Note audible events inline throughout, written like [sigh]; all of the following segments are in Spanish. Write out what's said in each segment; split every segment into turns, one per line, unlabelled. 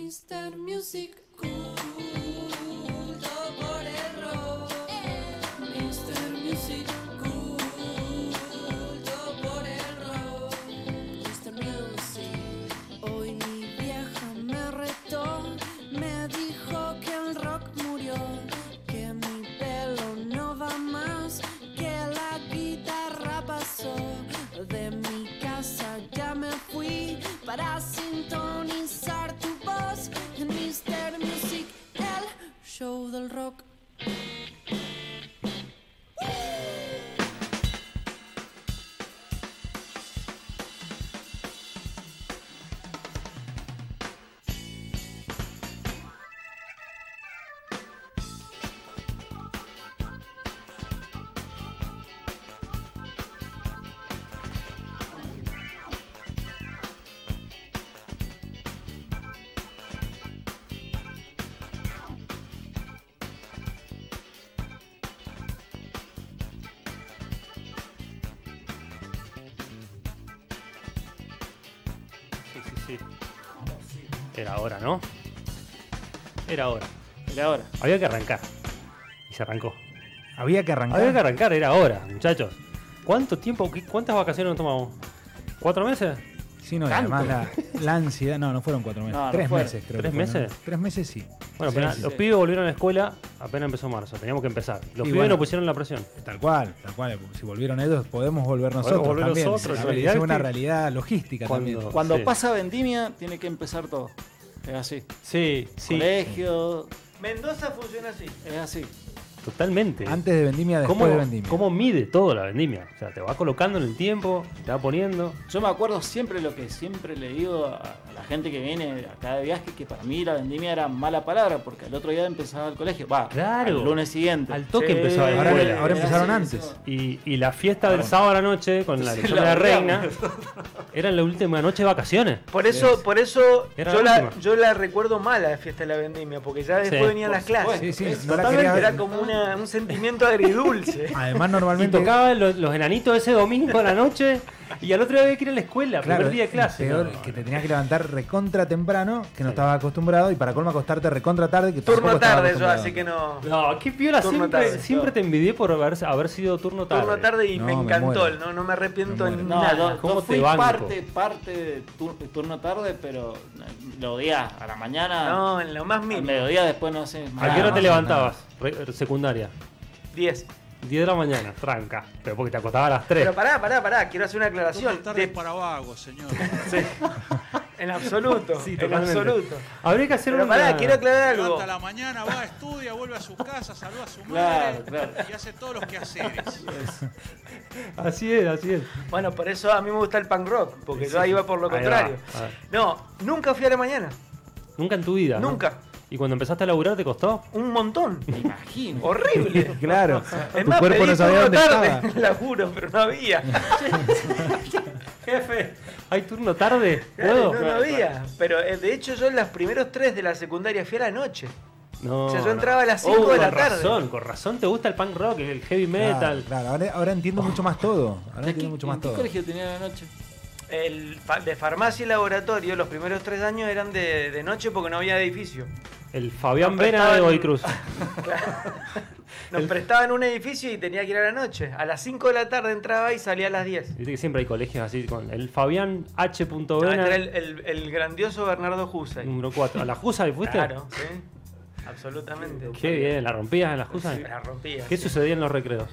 Mr. Music culto por error. Mr. Music culto por error. Mr. Music hoy mi vieja me retó, me dijo que el rock murió, que mi pelo no va más, que la guitarra pasó de mi casa ya me fui para sintonizar tu voz en Mr. Music, el show del rock.
Sí, sí, sí. Era hora, ¿no? Era hora.
Mira ahora.
Había que arrancar. Y se arrancó.
Había que arrancar.
Había que arrancar, era hora, muchachos. ¿Cuánto tiempo, qué- cuántas vacaciones nos tomamos? ¿Cuatro meses?
Sí, no, y
¿Tanto?
además la, la ansiedad. No, no fueron cuatro meses.
No, no
tres
fueron.
meses, creo.
¿Tres
que fueron.
meses?
Tres meses, sí.
Bueno,
Sí,
pero
sí,
los
sí.
pibes volvieron a la escuela apenas empezó marzo, teníamos que empezar. Los pibes
bueno.
nos pusieron la presión.
Tal cual, tal cual. Si volvieron ellos, podemos volver nosotros
volver
también.
nosotros,
A
en
ver,
realidad,
es una
¿viste?
realidad logística
Cuando-
también.
Cuando
Sí.
pasa vendimia, tiene que empezar todo. Es así.
Sí, sí.
Colegio,
Mendoza funciona así.
es así.
Totalmente.
Antes de vendimia, después
¿Cómo,
de vendimia.
cómo mide todo la vendimia? O sea, te va colocando en el tiempo, te va poniendo.
Yo me acuerdo siempre lo que siempre le digo a a la gente que viene acá de viaje, que para mí la vendimia era mala palabra, porque al otro día empezaba el colegio. Va,
Claro.
al lunes siguiente.
Al toque
Sí,
empezaba la
Ahora,
escuela.
ahora
era
empezaron
así,
antes.
sí.
Y, y la fiesta
Ah.
del sábado a la noche con la elección de la reina era la última noche de vacaciones.
Por eso, por eso
Era
yo,
la
la,
última.
yo la recuerdo mala la fiesta de la vendimia, porque ya después
Sí.
venían
Por
las clases.
supuesto.
Sí, sí,
Es
no la
Totalmente,
quería ver.
era como una- un sentimiento agridulce.
Además,
Y
normalmente.
tocaba los, los enanitos ese domingo a la noche y al otro día había que ir a la escuela,
Claro,
primer día de clase.
peor
No,
que te
no.
tenías que levantar recontra temprano, que no estaba acostumbrado, y para colmo acostarte recontra tarde, que tampoco
Turno
estaba
tarde yo,
acostumbrado.
así que no.
No, qué piola,
Turno
siempre,
tarde,
siempre
claro.
te envidié por haber, haber sido turno tarde.
Turno tarde y
No,
me
me
encantó,
muero.
no, no me arrepiento
Me muero.
en
No, yo-
nada.
yo,
¿cómo te
fui
banco?
parte, parte de tur- de turno tarde, pero lo odias a la mañana.
No, en lo más
Al
mínimo.
mediodía después no sé.
¿A qué hora te
Ah, no,
levantabas? Re- eh, secundaria.
10.
10 de la mañana, tranca. Pero porque te acostabas a las 3.
Pero pará, pará, pará, quiero hacer una aclaración.
Turno tarde
De-
para vagos, señor.
En absoluto,
Sí,
en
totalmente.
absoluto.
Habría que hacer
Pero
una...
pará, quiero aclarar algo.
Levanta a la mañana, va, estudia, vuelve a su casa, saluda a su
Claro,
madre
claro.
y hace todos los quehaceres.
Así es, así es.
Bueno, por eso a mí me gusta el punk rock, porque yo ahí iba por lo
Ahí va,
contrario.
a ver.
No, nunca fui a la mañana.
Nunca en tu vida. ¿no?
Nunca.
¿Y cuando empezaste a laburar te costó?
Un montón.
Me imagino.
[laughs]
Horrible.
[laughs] Claro,
Es
tu
más,
cuerpo
pedí
no sabía
turno
dónde
tarde,
estaba.
[laughs] laburo, pero no había. [laughs]
Jefe,
[laughs]
¿hay turno tarde?
Claro,
¿Puedo?
no, no había. Pero eh, de hecho yo en los primeros tres de la secundaria fui a la noche.
No,
O sea, yo
no.
entraba a las 5
Oh,
de la
con
tarde.
Razón, con razón te gusta el punk rock, el heavy
Claro,
metal.
claro, ahora, ahora entiendo mucho más todo. Ahora
Oh. ¿Qué-
entiendo mucho más
en qué
todo.
colegio tenía la noche?
El fa- de farmacia y laboratorio, los primeros tres años eran de, de noche porque no había
[laughs]
edificio.
El Fabián
Nos
Vena de
prestaban-
Godoy Cruz.
Nos prestaban un edificio y tenía que ir a la noche. A las 5 de la tarde entraba y salía a las 10.
Viste que siempre hay colegios así con el Fabián H.
Ah, este
Vena,
era el, el- el grandioso Bernardo Jusay.
número 4. ¿A la Jusa fuiste?
Claro, sí. Absolutamente.
Qué bien, la rompías en la Jusa.
Me la rompía.
¿Qué sucedía en los recreos?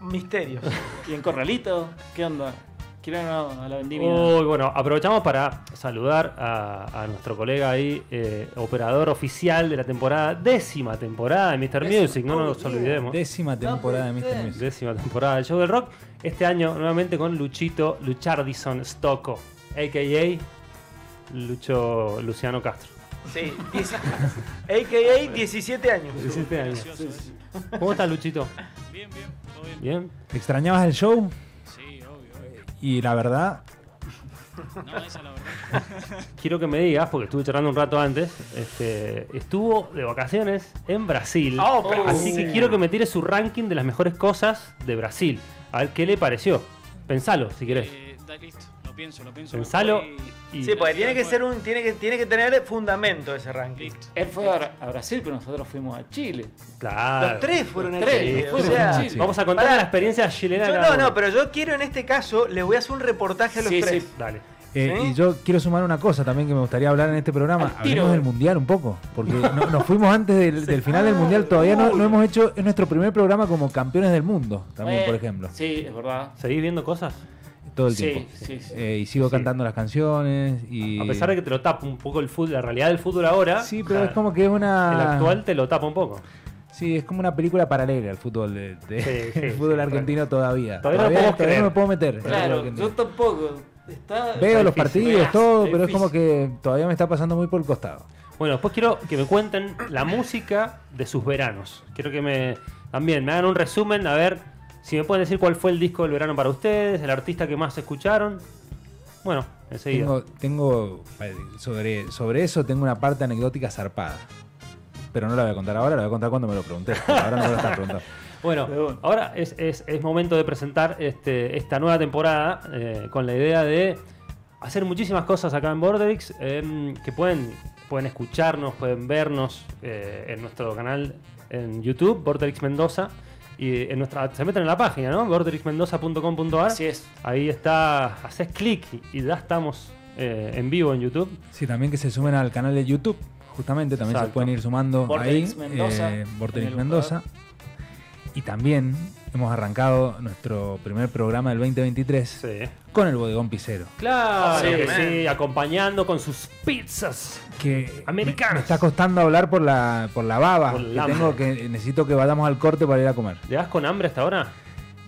Misterios.
¿Y en Corralito? ¿Qué onda? ¿Quieren a la vendimia?
Uy, bueno, aprovechamos para saludar a, a nuestro colega ahí, eh, operador oficial de la temporada, décima temporada de Mr. Music, no nos olvidemos.
Décima temporada de Mr. Music.
Décima temporada del show del rock. Este año nuevamente con Luchito Luchardison Stocco, a.k.a. Lucho Luciano Castro.
Sí. dieci- AKA 17 años.
Este año.
eh.
¿Cómo estás,
[laughs]
Luchito?
Bien, bien, todo bien.
¿Bien?
¿Te ¿Extrañabas el show?
Sí, obvio, obvio.
Y la verdad,
No, esa es la verdad.
Quiero que me digas, porque estuve charlando un rato antes, este, estuvo de vacaciones en Brasil.
Oh, Brasil.
así que quiero que me tires su ranking de las mejores cosas de Brasil. A ver qué le pareció. Pensalo, si querés.
Eh, da listo, no pienso, lo pienso.
Pensalo
y-
y.
Sí, pues. porque tiene que ser un, tiene que, tiene que tener fundamento ese ranking.
Listo.
Él fue a, Bra- a Brasil, pero nosotros fuimos a Chile.
Claro.
Los tres fueron a
Tres,
Chile, o
fueron
sea,
a Chile.
Vamos a contar
Pará.
la experiencia chilena. de
Yo
cada
no, no,
uno.
pero yo quiero en este caso, les voy a hacer un reportaje a los
Sí,
tres.
sí.
Dale.
Eh,
¿Sí?
Y yo quiero sumar una cosa también que me gustaría hablar en este programa.
Al tiro.
Hablemos del Mundial un poco, porque no- nos fuimos antes del, del final del Mundial. Todavía no, no hemos hecho es nuestro primer programa como campeones del mundo, también,
Eh,
por ejemplo.
Sí, es verdad.
¿Seguís viendo cosas?
Todo el
Sí,
tiempo.
sí, sí.
Eh, y sigo
Sí.
cantando las canciones. Y...
A pesar de que te lo tapa un poco el fútbol, la realidad del fútbol ahora.
Sí, pero
o sea,
Ah.
es como que es una.
El actual te lo tapa un poco.
Sí, es como una película paralela al fútbol, de, de- [laughs]
Sí, sí,
el fútbol
sí,
argentino todavía.
Todavía no lo podemos
todavía no
creer.
me puedo meter. en el fútbol
Claro,
argentino.
yo tampoco. Está,
Veo los partidos, todo,
Es
pero es como
difícil.
que todavía me está pasando muy por el costado.
Bueno, después quiero que me cuenten la música de sus veranos. Quiero que me también me hagan un resumen, a ver si me pueden decir cuál fue el disco del verano para ustedes, el artista que más escucharon. Bueno, enseguida.
Tengo, tengo eh, sobre, sobre eso tengo una parte anecdótica zarpada. Pero no la voy a contar ahora, la voy a contar cuando me lo pregunté. porque Ahora no me lo están preguntando.
[laughs] Bueno, ahora es, es- es momento de presentar este, esta nueva temporada eh, con la idea de hacer muchísimas cosas acá en Borderix em, que pueden, pueden escucharnos, pueden vernos eh, en nuestro canal en YouTube, Borderix Mendoza. Y en nuestra, se meten en la página, ¿no? borderixmendoza.com.ar.
Así es.
Ahí está, haces clic y ya estamos eh, en vivo en YouTube.
Sí, también que se sumen al canal de YouTube. Justamente también
Exacto.
se pueden ir sumando
Vorterix
ahí.
Mendoza,
eh, Vorterix
en el
Mendoza. Y también hemos arrancado nuestro primer programa del 2023
Sí.
con el Bodegón Picero.
Claro,
Sí,
que
man.
sí, acompañando con sus pizzas.
que
Americanos.
Me, me está costando hablar por la, por la baba.
Por el
que
hambre.
tengo que necesito que vayamos al corte para ir a comer.
¿Le das con hambre hasta ahora?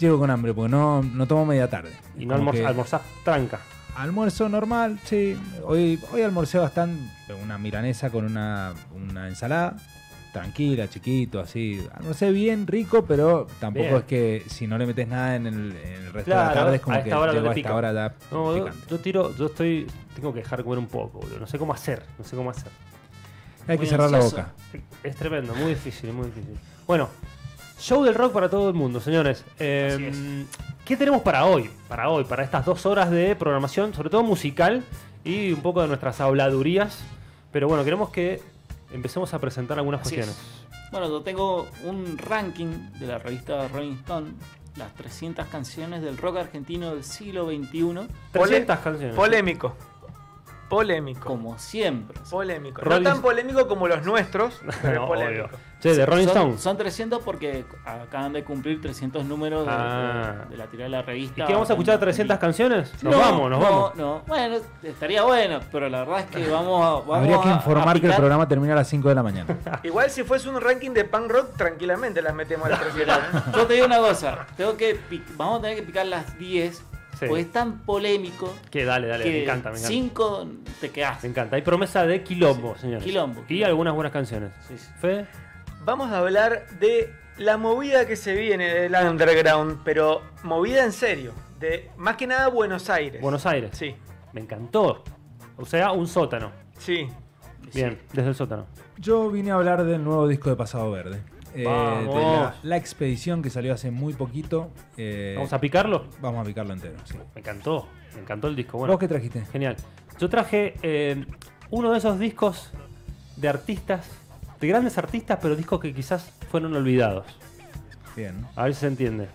Llego con hambre porque no, no tomo media tarde.
Y no
Como
almor-
que
almorzás tranca.
Almuerzo normal, sí. Hoy, hoy almorcé bastante una milanesa con una, una ensalada. Tranquila, chiquito, así. Almorcé bien, rico, pero tampoco
Bien.
es que si no le metes nada en el, en el resto de
Claro,
la tarde es como
a
que
esta hora no
llego
te
a esta
pica.
hora ya
No, yo,
picante.
yo tiro, yo estoy. Tengo que dejar de comer un poco, boludo. No sé cómo hacer, no sé cómo hacer.
Hay
muy
que cerrar la
ansioso.
boca.
Es tremendo, muy difícil, muy difícil. Bueno, show del rock para todo el mundo, señores. Eh,
Así es.
¿Qué tenemos para hoy? Para hoy, para estas dos horas de programación, sobre todo musical y un poco de nuestras habladurías. Pero bueno, queremos que empecemos a presentar algunas
Así
cuestiones.
es. Bueno, yo tengo un ranking de la revista Rolling Stone, las 300 canciones del rock argentino del siglo XXI,
300 canciones.
Polémico. Polémico.
como siempre.
Polémico.
Rolling-
No tan polémico como los nuestros, pero
No,
polémico.
obvio. Che, de Rolling
son,
Stone.
Son 300 porque acaban de cumplir 300 números de,
Ah.
de- de la tirada de la revista.
¿Y qué vamos a escuchar 300 canciones? Nos
No,
vamos, nos
no,
vamos.
No, bueno, estaría bueno, pero la verdad es que vamos a. vamos
Habría que
a- a
informar que el
picar-
programa termina a las 5 de
[laughs]
la mañana.
Igual si fuese un ranking de punk rock, tranquilamente las metemos a las 300. ¿eh?
Yo te digo una cosa, tengo que pic- vamos a tener que picar las 10,
Sí.
porque es tan polémico
Que dale, dale,
que
me encanta, me encanta.
5 te quedas.
Me encanta. Hay promesa de quilombo, señores.
Quilombo,
Y
quilombo.
algunas buenas canciones.
Sí, sí.
Fe,
Vamos a hablar de la movida que se viene del underground, pero movida en serio. De más que nada Buenos Aires.
Buenos Aires.
Sí,
Me encantó. O sea, un sótano.
sí.
Bien, desde el sótano.
Yo vine a hablar del nuevo disco de Pasado Verde. Eh,
Vamos.
de la, la expedición que salió hace muy poquito. eh,
¿Vamos a picarlo?
vamos a picarlo entero. sí.
Me encantó. Me encantó el disco. Bueno,
¿Vos qué trajiste?
genial. Yo traje eh, uno de esos discos de artistas, de grandes artistas, pero discos que quizás fueron olvidados.
Bien.
A ver si se entiende.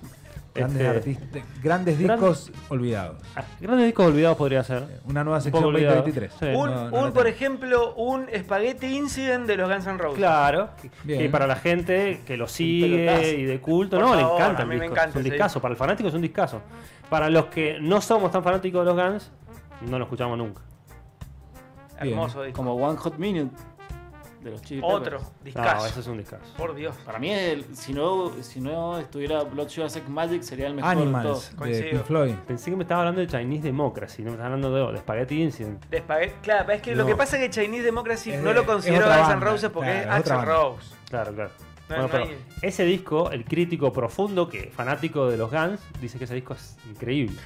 Grandes,
Este,
artistas- grandes
gran-
discos olvidados. Eh,
ah, grandes discos olvidados podría ser.
Una nueva
Un poco
sección
olvidado.
2023.
Sí.
un,
no, no
un,
la
por
tengo.
ejemplo, un Spaghetti Incident de los Guns N' Roses.
Claro,
Bien.
que para la gente que lo
pelotazo.
sigue y de culto,
Por
no, le
favor,
encanta
a
el
mí me
disco.
encanta,
es un
sí.
discazo, para el fanático es un discazo. Para los que no somos tan fanáticos de los Guns, no lo escuchamos nunca.
Hermoso disco.
Como One Hot Minute de los Chili Peppers.
Otro,
No,
discazo.
eso es un discazo.
Por Dios.
Para mí, es el- si, no, si no estuviera Blood Sugar Sex Magic, sería el mejor de todos.
Animals de
Coincido.
Pink Floyd.
Pensé que me estabas hablando de Chinese Democracy, no me estás hablando de, de Spaghetti Incident.
De Spaghetti- Claro, es que
No.
lo que pasa es que Chinese Democracy
Es
no
de-
lo
es
considero
otra
Guns N'
banda,
Roses porque
claro, es
es
otra
Axl
banda.
Rose.
Claro, claro.
No,
bueno,
no
pero
hay-
ese disco, el crítico profundo que fanático de los Guns, dice que ese disco es increíble.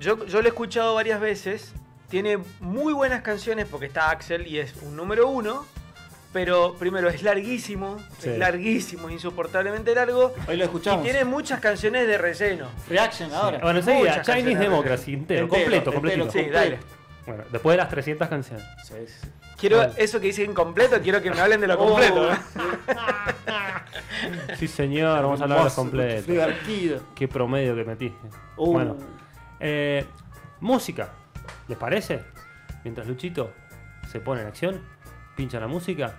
Yo, yo lo he escuchado varias veces. Tiene muy buenas canciones porque está Axel y es un número uno. pero primero es larguísimo,
Sí.
es larguísimo, es insoportablemente largo.
Hoy lo
Y
escuchamos.
tiene muchas canciones de relleno.
Reaction ahora.
Bueno, enseguida,
Muchas
Chinese
canciones.
Democracy, entero,
Entero,
completo,
entero,
completito.
Sí,
Completo.
dale.
Bueno, después de las 300 canciones.
Sí, sí.
Quiero
Dale. Oh.
eso que dice incompleto, quiero que me hablen
[laughs]
de lo
Oh,
completo.
¿eh? Sí, señor, vamos a hablar de los completos.
Divertido.
Qué promedio que metiste.
Uh.
Bueno, eh, música. ¿Les parece? Mientras Luchito se pone en acción, pincha la música,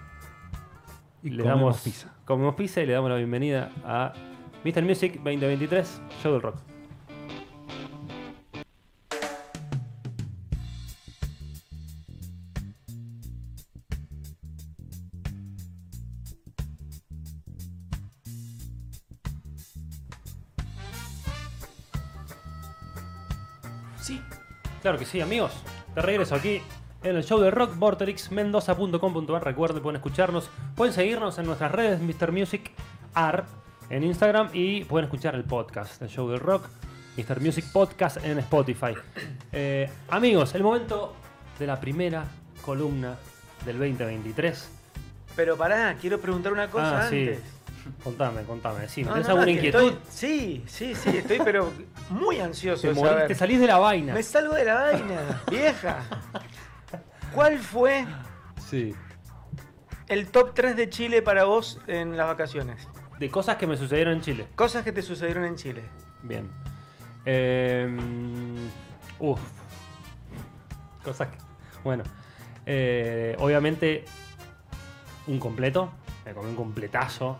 Y
le
comemos
damos
pizza.
Comemos pizza y le damos la bienvenida a Mr. Music 2023, Show del Rock.
Sí.
Claro que sí, amigos. Te regreso aquí en el show de Rock Vorterix, mendoza.com.ar. Recuerden, pueden escucharnos, pueden seguirnos en nuestras redes, Mr. Music Ar, en Instagram y pueden escuchar el podcast, el show de rock, Mr. Music Podcast en Spotify. Eh, amigos, el momento de la primera columna del 2023.
Pero pará, quiero preguntar una cosa
ah,
antes.
sí. Contame, contame, decime.
No,
¿Tenés
no, no,
alguna
es que
inquietud?
estoy- sí, sí, sí, estoy pero muy ansioso
Te,
de
morís,
saber.
Pues, te salís de la vaina.
Me salgo de la vaina, vieja. ¿Cuál fue
Sí.
el top 3 de Chile para vos en las vacaciones?
De cosas que me sucedieron en Chile.
Cosas que te sucedieron en Chile.
Bien. Eh, uf. Cosas que. Bueno. Eh, obviamente, un completo. Me comí un completazo.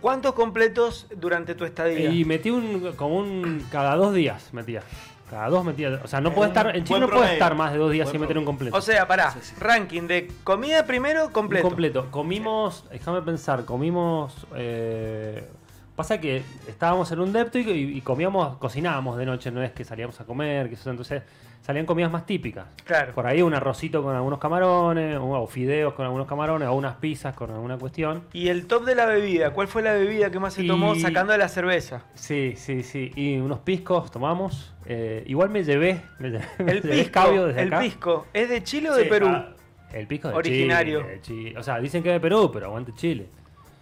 ¿Cuántos completos durante tu estadía?
Y metí un. como un. cada dos días metía. Cada dos metía. O sea, no puede estar. En Chile
Eh, Buen
no puede
promedio.
estar más de dos días
Buen
sin meter un completo.
O sea, pará, ranking de comida primero,
Un
completo.
completo. Comimos. Déjame pensar, comimos. eh, Pasa que estábamos en un depto y, y comíamos, cocinábamos de noche, no es que salíamos a comer, que eso, entonces salían comidas más típicas.
Claro.
Por ahí un arrocito con algunos camarones, o o fideos con algunos camarones, o unas pizzas con alguna cuestión.
Y el top de la bebida, ¿cuál fue la bebida que más se
Y-
tomó sacando de
[laughs]
la cerveza?
Sí, sí, sí. Y unos piscos tomamos. Eh, igual me llevé, me llevé- [laughs] me
El
llevé
pisco,
escabio desde
el
acá.
pisco, ¿es de Chile o de
Sí,
Perú?
ah, el pisco de
Originario.
Chile, de Chile. O sea, dicen que es de Perú, pero aguante Chile.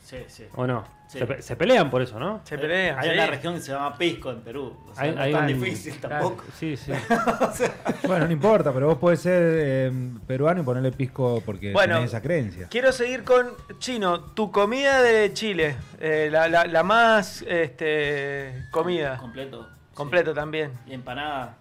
Sí, sí.
¿O no?
Sí.
Se, pe- se pelean por eso, ¿no?
Se pelean.
Hay
sí.
una región que se llama Pisco en Perú. O sea,
Hay-
no
hay
es tan
un-
difícil tampoco.
Sí,
[laughs]
sí.
Bueno, no importa, pero vos podés ser eh, peruano y ponerle pisco porque
Bueno,
tenés esa creencia.
Quiero seguir con Chino, tu comida de Chile, eh, la, la- la más este, comida,
Completo.
completo también.
Sí. Y empanada.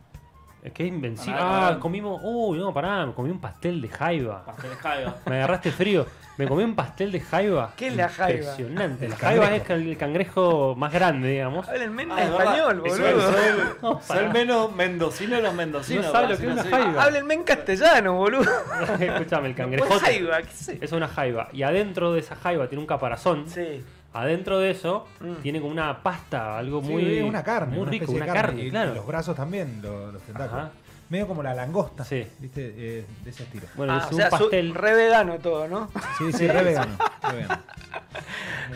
Qué invencible.
Pará,
Ah,
pará.
comimos. Uy, no, pará, me comí un pastel de jaiba.
Pastel
[laughs]
de Ah, jaiba.
Me agarraste frío. Me comí un pastel de jaiba.
¿Qué es la jaiba?
Impresionante. La jaiba es can- el cangrejo más grande,
[laughs]
digamos. [laughs]
Hablen menos
Ah, es verdad.
español,
Es
boludo.
verdad, soy el-
No,
soy el
pará.
menos mendocino de los mendocinos.
No sabe lo
parece,
que es una
sé.
jaiba.
[laughs] Háblenme en castellano, boludo.
Escúchame, el
Pues
cangrejote.
jaiba, qué sé.
Es una jaiba. Y adentro de esa jaiba tiene un caparazón.
Sí.
Adentro de eso
Mm.
tiene como una pasta, algo
Sí,
muy.
es una carne,
Muy rico,
especie
una
de
carne,
Y
claro.
Los brazos también, lo- los tentáculos.
Ajá.
Medio como la langosta,
Sí.
¿viste? Eh, de ese estilo.
Bueno,
Ah,
es
o
un
sea, su-
pastel.
re vegano todo, ¿no?
Sí, sí, re vegano. re vegano.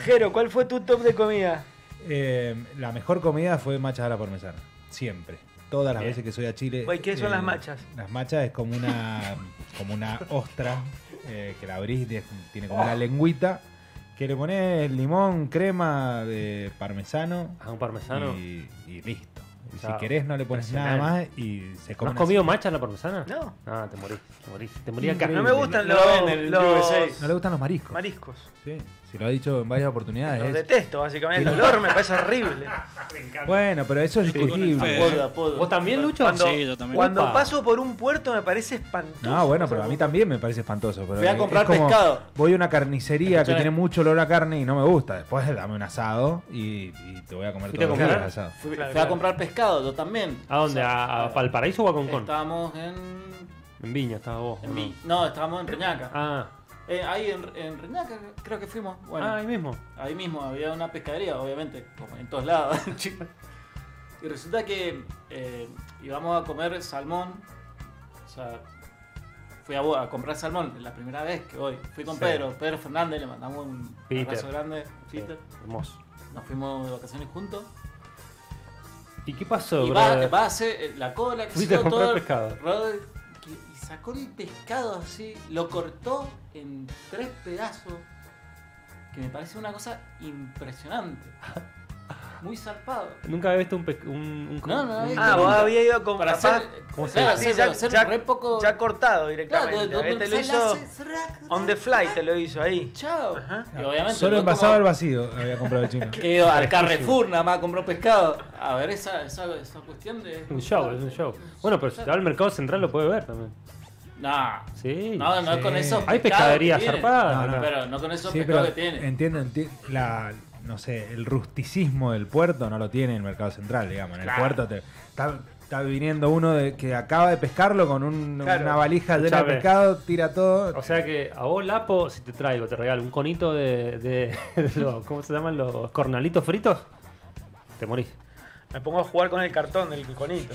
Jero, ¿cuál fue tu top de comida?
Eh, la mejor comida fue machas a la parmesana. Siempre. Todas las
Bien.
veces que soy a Chile. em,
Güey, ¿qué son las machas?
Las machas es como una, como una ostra eh, que la abrís, tiene- tiene como una lengüita. Que le pones limón, crema, de parmesano.
Ah, un parmesano.
Y, y listo. Y
Chao.
si querés, no le pones nada
Impresionante.
más y se
¿No
come.
has comido macha en la parmesana?
No.
Ah, te morís, te morís. Te morí acá.
No me gustan
No
los,
lo venden en
los
USA.
No le gustan los mariscos.
mariscos.
Sí, se lo ha dicho en varias oportunidades.
Los
Ah, es-
detesto, básicamente. El olor me parece horrible.
Bueno, pero eso es
con el
discutible.
Fede.
Apodo, apodo.
¿Vos también, Lucho?
Cuando,
Sí, yo también.
cuando
Upa.
paso por un puerto me parece espantoso.
No, Ah, bueno, pero a mí también me parece espantoso. Pero
Fui a
es
comprar
como,
pescado.
Voy a una carnicería
Escuchame.
que tiene mucho olor a carne y no me gusta. Después dame un asado y, y te voy a comer
¿Fuiste
todo
a
los
comprar?
días asado.
Fui,
Claro,
fui a
claro.
comprar pescado, yo también.
¿A dónde? ¿A, a Valparaíso o a Concón?
Estábamos en.
En Viña estabas vos. ¿o
en
no?
Vi- No, estábamos en Reñaca.
Ah,
Eh, ahí en, en Reñaca creo que fuimos. Bueno,
ah, ahí mismo.
Ahí mismo había una pescadería, obviamente, como en todos lados. [laughs] chicos. y resulta que eh, íbamos a comer salmón. O sea, fui a, bo- a comprar salmón la primera vez que voy. Fui con
Sí.
Pedro, Pedro Fernández, le mandamos un
Peter.
abrazo grande.
Sí,
Peter.
hermoso.
Nos fuimos de vacaciones juntos.
¿Y qué pasó,
y
bro?
va, va a hacer eh, la cola, que
Fuiste a
yo,
comprar
todo.
pescado.
Brother, que- y sacó el pescado así, lo cortó en tres pedazos, que me parece una cosa impresionante. Muy zarpado.
Nunca había visto un, pes- un, un-
No, no,
un-
no.
Ah, vos había ido con
Para
capaz-
hacer,
¿Cómo se
eh, claro,
dice?
hacer-
Sí, ya-
hacer
ya-
re poco.
ya cortado
claro,
directamente.
donde- donde
este lo
se
hizo
la hace-
on the fly, te lo hizo ahí.
Chao.
Ajá.
Y obviamente.
Solo
fue
envasado
como-
al vacío había comprado el chino.
[laughs] Que iba al Carrefour nada más compró pescado. A ver, esa, esa, esa cuestión de.
un show, es un show. Bueno, pero si te va al mercado central lo puede ver también.
Nah.
Sí.
No, no
Sí.
con esos.
Hay
pescados
pescaderías
que tienen.
zarpadas,
No, no,
¿no?
pero no con esos
Sí, pero
pescados que tienen.
entiendo, enti- la, no sé, el rusticismo del puerto no lo tiene el mercado central, digamos. En el
Claro.
puerto te- está, está viniendo uno de, que acaba de pescarlo con un-
Claro.
una valija llena de
Escuchame.
pescado, tira todo.
O sea que a vos, Lapo, si te traigo, te regalo un conito de. de, [laughs] los- ¿Cómo se llaman? Los cornalitos fritos. Te morís. [laughs]
Me pongo a jugar con el cartón del conito.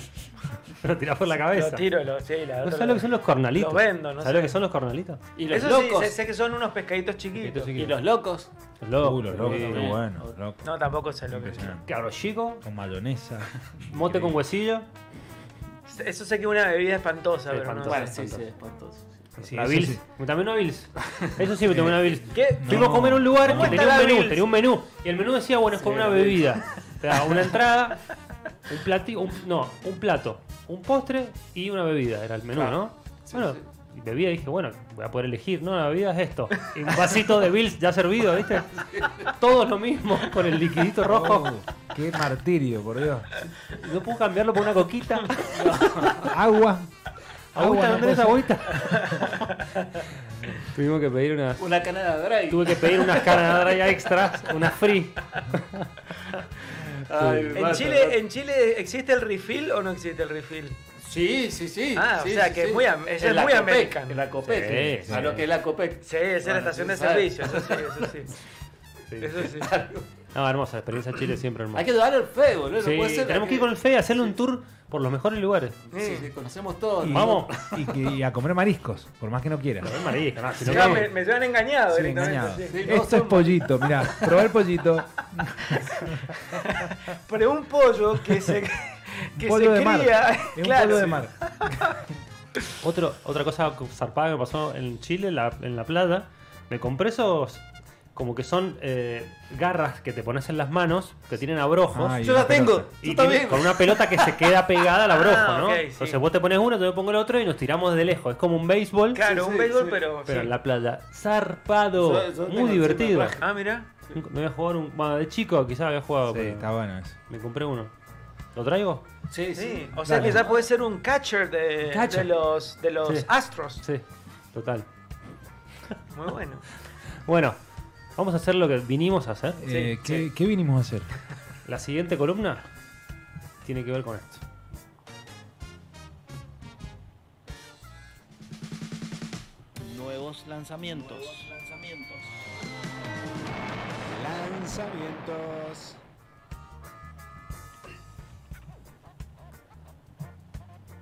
Lo tirás por la cabeza.
Lo tiro, lo, sí, la
¿No sabes lo que son los cornalitos?
Los vendo, no
¿Sabes
sé.
lo que son los cornalitos?
Y los
Eso
locos.
sí, sé, sé que son unos pescaditos chiquitos.
Pescaditos
y los locos.
Los locos.
Este Uh, los locos,
sí.
qué bueno, los locos.
No, tampoco sé lo que son.
Impresionante.
Cabro chico,
Con mayonesa.
mote con huesillo.
Eso sé que es una bebida espantosa,
Sí,
pero no.
espantosa.
Bueno, sí,
Bueno,
sí,
espantoso.
espantoso.
Sí,
la
eso
Bills.
sí.
Me tomé una Bills. Eso sí, me tomé una Bills.
¿Qué?
Fuimos a comer a un lugar
¿Cómo
que
está
tenía un
la
menú,
Bills?
tenía un menú. Y el menú decía, bueno, es con
Sí,
una
la Bills.
bebida. Te daba una entrada, un platillo, un- no, un plato, un postre y una bebida. Era el menú,
Claro.
¿no?
Sí,
Bueno,
sí.
y bebida dije, bueno, voy a poder elegir. No, la bebida es esto. Y un vasito de Bills ya servido, ¿viste? Todo lo mismo con el liquidito rojo.
Uh, qué martirio, por Dios.
No puedo cambiarlo por una coquita.
Agua.
Agüita,
no
¿no tenés
puede
agüita? [laughs] Tuvimos que pedir una.
Una canada de Drake.
Tuve que pedir unas Canadá ya extras, unas free.
Ay,
en,
basta,
Chile, ¿En Chile existe el refill o no existe el refill?
Sí, sí, sí.
Ah,
sí,
o sea
sí,
que
sí.
es muy am- ella
En
es
la
muy
Copec,
American.
En la Copec.
Sí,
a
sí.
lo que es la Copec.
Sí, es
Bueno,
la estación
sí,
de
sabe.
servicio, eso sí,
[laughs]
eso sí.
Sí.
Eso sí.
No, hermosa, experiencia en Chile siempre hermosa.
Hay que dudar el fe, boludo.
Sí,
no puede ser
tenemos que ir con el Fede a hacerle un tour por los mejores lugares.
Sí, sí, conocemos todos.
Y-
Vamos.
Y, que- y a comer mariscos, por más que no quieras.
Es marisco, no, si no
Ya
vamos.
me, me llevan engañado
Sí,
directamente.
engañado.
sí.
Sí, no,
Esto es
son-
pollito, mirá, probá el pollito.
Pero un pollo
[laughs]
que se, [laughs] que
pollo
se
de mar.
cría. [laughs]
Es un
claro,
pollo de
sí.
mar.
Otro, otra cosa zarpada que me pasó en Chile, la- en La Plata, me compré esos como que son eh, garras que te pones en las manos, que tienen abrojos.
Ay,
Yo la
una
tengo.
pelota.
Y
Yo
tiene-
también.
con una pelota que se queda pegada al abrojo,
Ah,
¿no?
ok, sí.
Entonces vos te pones uno, yo me pongo el otro y nos tiramos de lejos. Es como un béisbol,
Claro,
Sí,
un
sí,
béisbol,
sí.
pero.
pero en
sí.
la playa. Zarpado.
Yo- yo tengo
muy divertido.
encima
Ah, mira.
Me voy a jugar un. Bueno, de chico quizás había jugado,
Sí,
pero
está bueno eso.
me compré uno. ¿Lo traigo?
Sí,
Sí.
sí.
O sea,
Dale.
quizás puede ser un catcher de,
Catcher.
de los, de los
Sí.
astros.
Sí, total.
Muy bueno.
Bueno, vamos a hacer lo que vinimos a hacer.
Eh,
Sí,
¿qué, qué vinimos a hacer?
La siguiente columna tiene que ver con esto.
Nuevos lanzamientos.
Lanzamientos.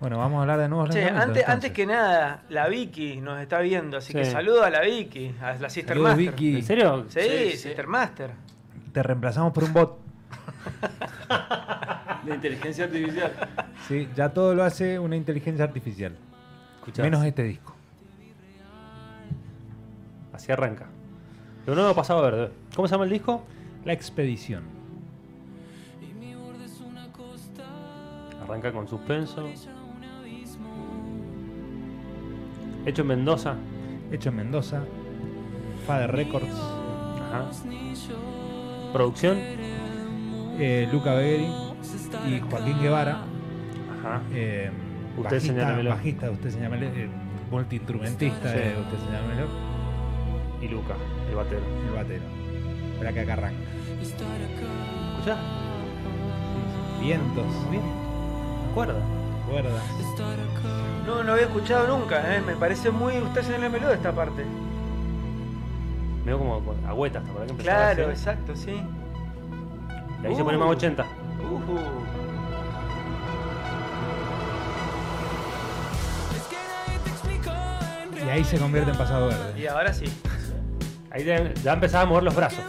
Bueno, vamos a hablar de nuevos
Che,
lanzamientos,
antes,
entonces.
antes que nada, la Vicky nos está viendo, así que
Sí.
saludo a la Vicky, a la Sister
Saludos,
Master.
Vicky.
¿En serio?
Sí,
Sí, sí.
Sister Master.
Te reemplazamos por un bot.
De inteligencia artificial.
Sí, ya todo lo hace una inteligencia artificial.
Escuchá,
Menos este disco.
Así arranca. Lo nuevo pasado verde. ¿Cómo se llama el disco?
La expedición.
Arranca con suspenso. Hecho en Mendoza.
Hecho en Mendoza. Fader Records.
Ajá. Producción.
eh, Luca Begheri. Y Joaquín Guevara.
Ajá.
eh,
Usted
bajista,
señálemelo.
bajista, usted señámelo. eh, multiinstrumentista,
Sí.
eh, usted señálemelo.
Y Luca, el batero.
El batero. Espera que acá arranca.
¿Escuchás?
Vientos.
Bien. Cuerda.
Cuerdas.
No, no había escuchado nunca, eh, me parece muy usted en el melón esta parte.
Me veo como con agüetas, ¿te acordás que empezaba
Claro,
así?
exacto, sí.
Y ahí se pone más 80.
Ujú.
Y ahí se convierte en ¿eh? pasado verde.
Y ahora sí.
Ahí ya, ya empezaba a mover los brazos.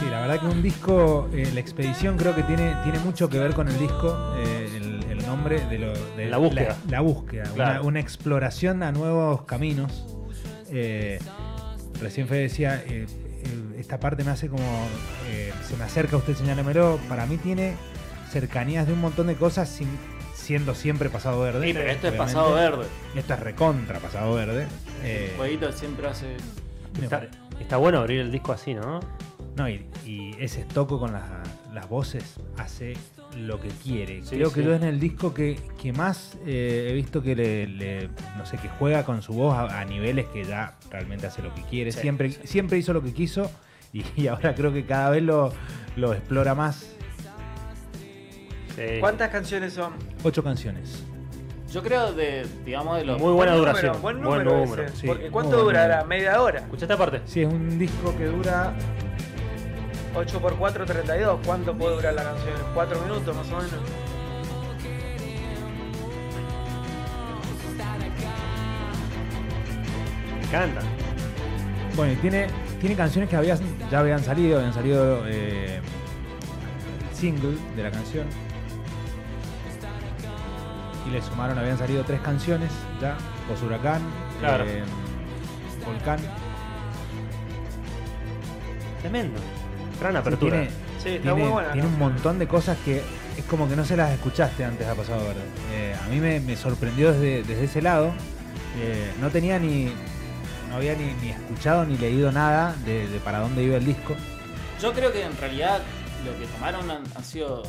Sí, la verdad que un disco, eh, la expedición creo que tiene, tiene mucho que ver con el disco, eh, el, el nombre de, lo, de
La búsqueda.
La, la búsqueda, una-
Claro.
una, exploración a nuevos caminos. Eh, recién Fede decía, eh, eh, esta parte me hace como, eh, se me acerca usted, señálemelo. Para mí tiene cercanías de un montón de cosas sin- siendo siempre pasado verde.
Sí, pero esto es
obviamente.
pasado verde.
Esto es recontra pasado verde. Eh,
El jueguito siempre hace.
me
Está,
pare-
está bueno abrir el disco así, ¿no?
no, y, y ese estoco con las, las voces hace lo que quiere.
Sí,
Creo que
sí.
yo es el disco que, que más eh, he visto que le, le- no sé, que juega con su voz a, a niveles que ya realmente hace lo que quiere.
Sí,
siempre,
sí.
siempre hizo lo que quiso y, y ahora creo que cada vez lo, lo explora más.
Sí.
¿Cuántas canciones son?
Ocho canciones.
Yo creo de, digamos, de los.
Muy buena
Buen
duración.
número, buen número.
Buen
ese,
número,
sí.
Porque
Muy
¿cuánto
buen
durará?
número.
¿Media hora?
Escucha esta parte.
Sí, es un disco que dura
8 por 4, 32. ¿Cuánto puede durar la canción? 4 minutos más o menos.
Me encanta.
Bueno, y tiene, tiene canciones que habían, ya habían salido, habían salido eh, el single de la canción. Y le sumaron, habían salido tres canciones ya, Los Huracán,
Claro.
eh, Volcán.
Tremendo. Gran
Sí,
apertura.
Tiene,
Sí, está
tiene-
muy buena.
tiene
¿no?
un montón de cosas que es como que no se las escuchaste antes ha pasado verde. Eh, a mí me, me sorprendió desde, desde ese lado. Eh, no tenía ni. No había ni, ni escuchado ni leído nada de, de para dónde iba el disco.
Yo creo que en realidad lo que tomaron han, han sido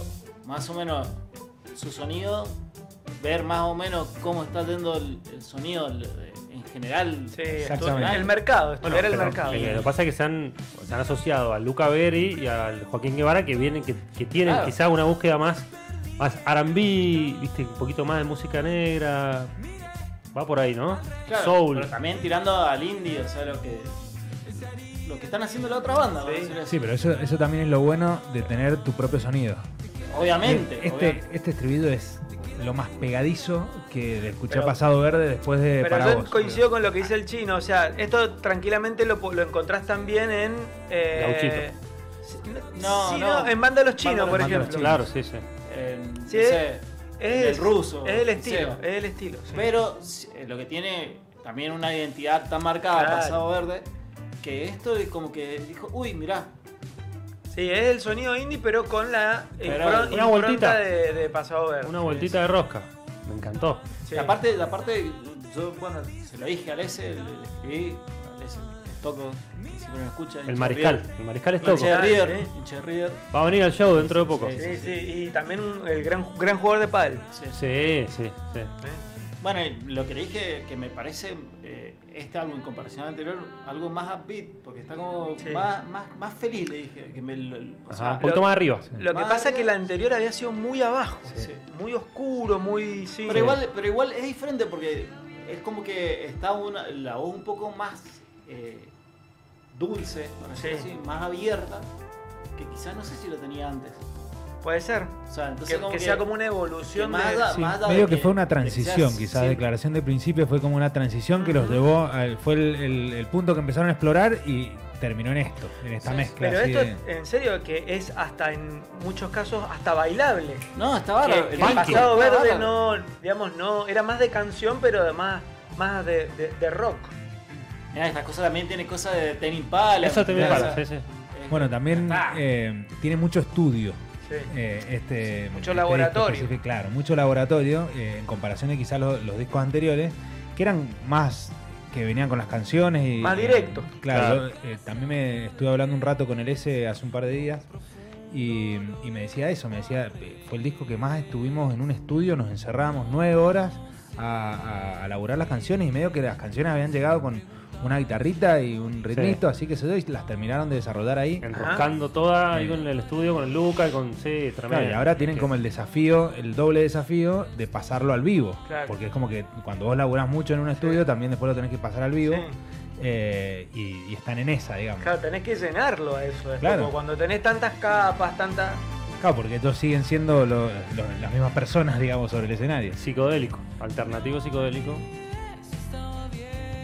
más o menos su sonido, ver más o menos cómo está yendo el, el sonido el- en general.
Sí,
Exactamente.
el mercado, estudiar el
pero,
mercado.
eh, lo que pasa es que se han, se han asociado a Luca Berry y al Joaquín Guevara que vienen, que, que tienen
Claro.
quizá una búsqueda más, más R&B, viste, un poquito más de música negra. Va por ahí, ¿no?
Claro,
Soul.
Pero también tirando al indie, o sea, lo que, lo que están haciendo la otra banda. por
Sí.
decirlo así.
Sí, pero eso, eso también es lo bueno de tener tu propio sonido.
Obviamente.
Este,
obviamente.
este estribillo es lo más pegadizo que le escuché
Pero-
a Pasado Verde después de
Pero
Para
yo
Vos.
coincido con lo que dice el chino, o sea, esto tranquilamente lo, pu- lo encontrás también en... Eh,
No,
no,
no.
no, en Banda Los Chinos,
Banda
por
Los
Chinos.
ejemplo.
Claro, sí, sí.
En-
Sí,
no sé,
Es
del ruso,
Es el
no
estilo,
sé.
es el estilo. sí.
Pero eh, lo que tiene también una identidad tan marcada,
Claro.
pasado verde, que esto es como que dijo, uy, mirá,
Sí, es el sonido indie, pero con la
Pero
impron-
una vueltita.
de, de Pasado Verde.
Una vueltita de rosca. Me encantó.
Sí.
La parte, la parte, yo bueno, se lo dije a Alese, le, le escribí, Alese, toco, que siempre me escucha.
El mariscal. El mariscal es toco.
Hinche de River,
Mariscal, sí.
hinche de River.
Va a venir al show dentro de poco.
Sí.
Sí, sí, y también un- el gran, gran jugador de pádel.
Sí.
Sí, sí, sí.
Bueno, y lo que le dije que me parece eh, este álbum en comparación al anterior, algo más upbeat, porque está como
Sí.
más, más, más feliz, le dije. Que me, lo- o
Ajá,
sea,
un poquito más arriba.
Lo que
Madre.
pasa es que la anterior había sido muy abajo,
Sí.
muy oscuro, muy... Sí,
Pero igual, pero igual es diferente porque es como que está una, la voz un poco más eh, dulce, por decirlo
Sí.
así, más abierta, que quizás no sé si lo tenía antes.
Puede ser.
O sea, entonces
Que,
como
que sea como una evolución
que
de...
más da-
Sí,
más da
medio
de
que,
que-
fue una
de que
transición,
seas
quizás
siempre-
declaración de principio fue como una transición que los llevó, al- fue el, el- el punto que empezaron a explorar y terminó en esto, en esta
Sí,
mezcla.
Pero
así
esto,
de-
en serio, que es hasta en muchos casos hasta bailable.
No, está
Que-
bárbaro.
que
el
el
disco
pasado
está
verde
bárbaro.
no, digamos, no, era más de canción, pero además más de, de- de rock.
Mirá, esta cosa también tiene cosas de tenis pala.
Eso te me
Claro.
para, sí, sí.
bueno, también eh, tiene mucho estudio.
Sí.
eh, este,
mucho
este
laboratorio.
disco específico, claro, mucho laboratorio eh, en comparación de quizás los, los discos anteriores, que eran más que venían con las canciones y
Más directo.
claro, yo, eh, también me estuve hablando un rato con el S hace un par de días y, y me decía eso, me decía, eh, fue el disco que más estuvimos en un estudio, nos encerramos nueve horas a, a- a laburar las canciones y medio que las canciones habían llegado con una guitarrita y un ritmito, así que se y las terminaron de desarrollar ahí.
Enroscando toda ahí
Sí.
con el estudio, con el Luca y con. Sí, tremendo.
Claro, y ahora tienen como el desafío, el doble desafío de pasarlo al vivo.
Claro.
Porque es como que cuando vos laburás mucho en un estudio, también después lo tenés que pasar al vivo.
Sí.
eh, y, y están en esa, digamos. Claro.
Claro, tenés que llenarlo a eso. es
Claro.
como cuando tenés tantas capas, tantas.
porque ellos siguen siendo lo- lo- las mismas personas, digamos, sobre el escenario.
Psicodélico, alternativo psicodélico.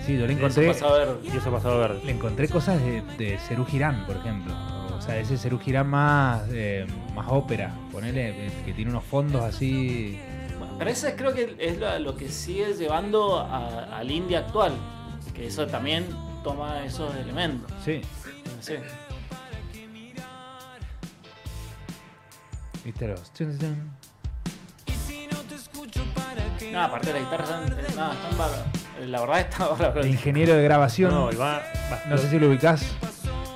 Sí, yo le
Eso
encontré,
pasa a ver.
Y eso pasado verde.
le encontré cosas de, de Serú Girán, por ejemplo. O sea, ese Serú Girán más, eh, más ópera, ponele, eh, que tiene unos fondos así.
Bueno, Pero eso creo que es lo, lo que sigue llevando a- al indie actual, que eso también toma esos elementos.
Sí.
No sé.
Viste los. tun, tun.
No, aparte las guitarras están, eh, no, están bárbaras. Eh, La verdad está bárbaro.
El ingeniero de grabación.
No,
No,
y va. va,
sé si lo ubicás.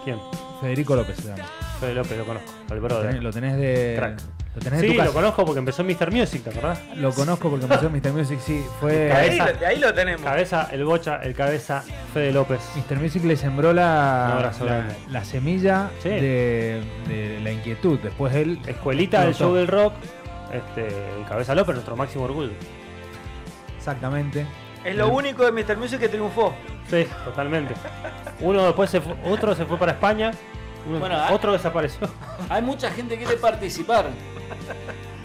¿Quién?
Federico López se llama.
Fede López, lo conozco. El
Lo tenés,
brother.
lo tenés de.
Crack.
Lo tenés de
sí,
tu casa.
lo conozco porque empezó en Mr. Music, ¿te acordás?
Lo conozco porque empezó en Mr. Music, sí. Fue.
Cabeza.
Ahí lo, de ahí lo tenemos.
Cabeza, el bocha, el cabeza, Fede López.
Mr. Music le sembró la,
abrazo
la,
grande.
la semilla
Sí.
de, de la inquietud. Después él.
Escuelita del
Productor.
show del rock. Este, el cabeza López, nuestro máximo orgullo.
Exactamente.
Es lo único de Mr. Music que triunfó.
Sí, totalmente. Uno después se fu- otro se fue para España. uno-
Bueno, ah-
otro desapareció.
Hay mucha gente que quiere participar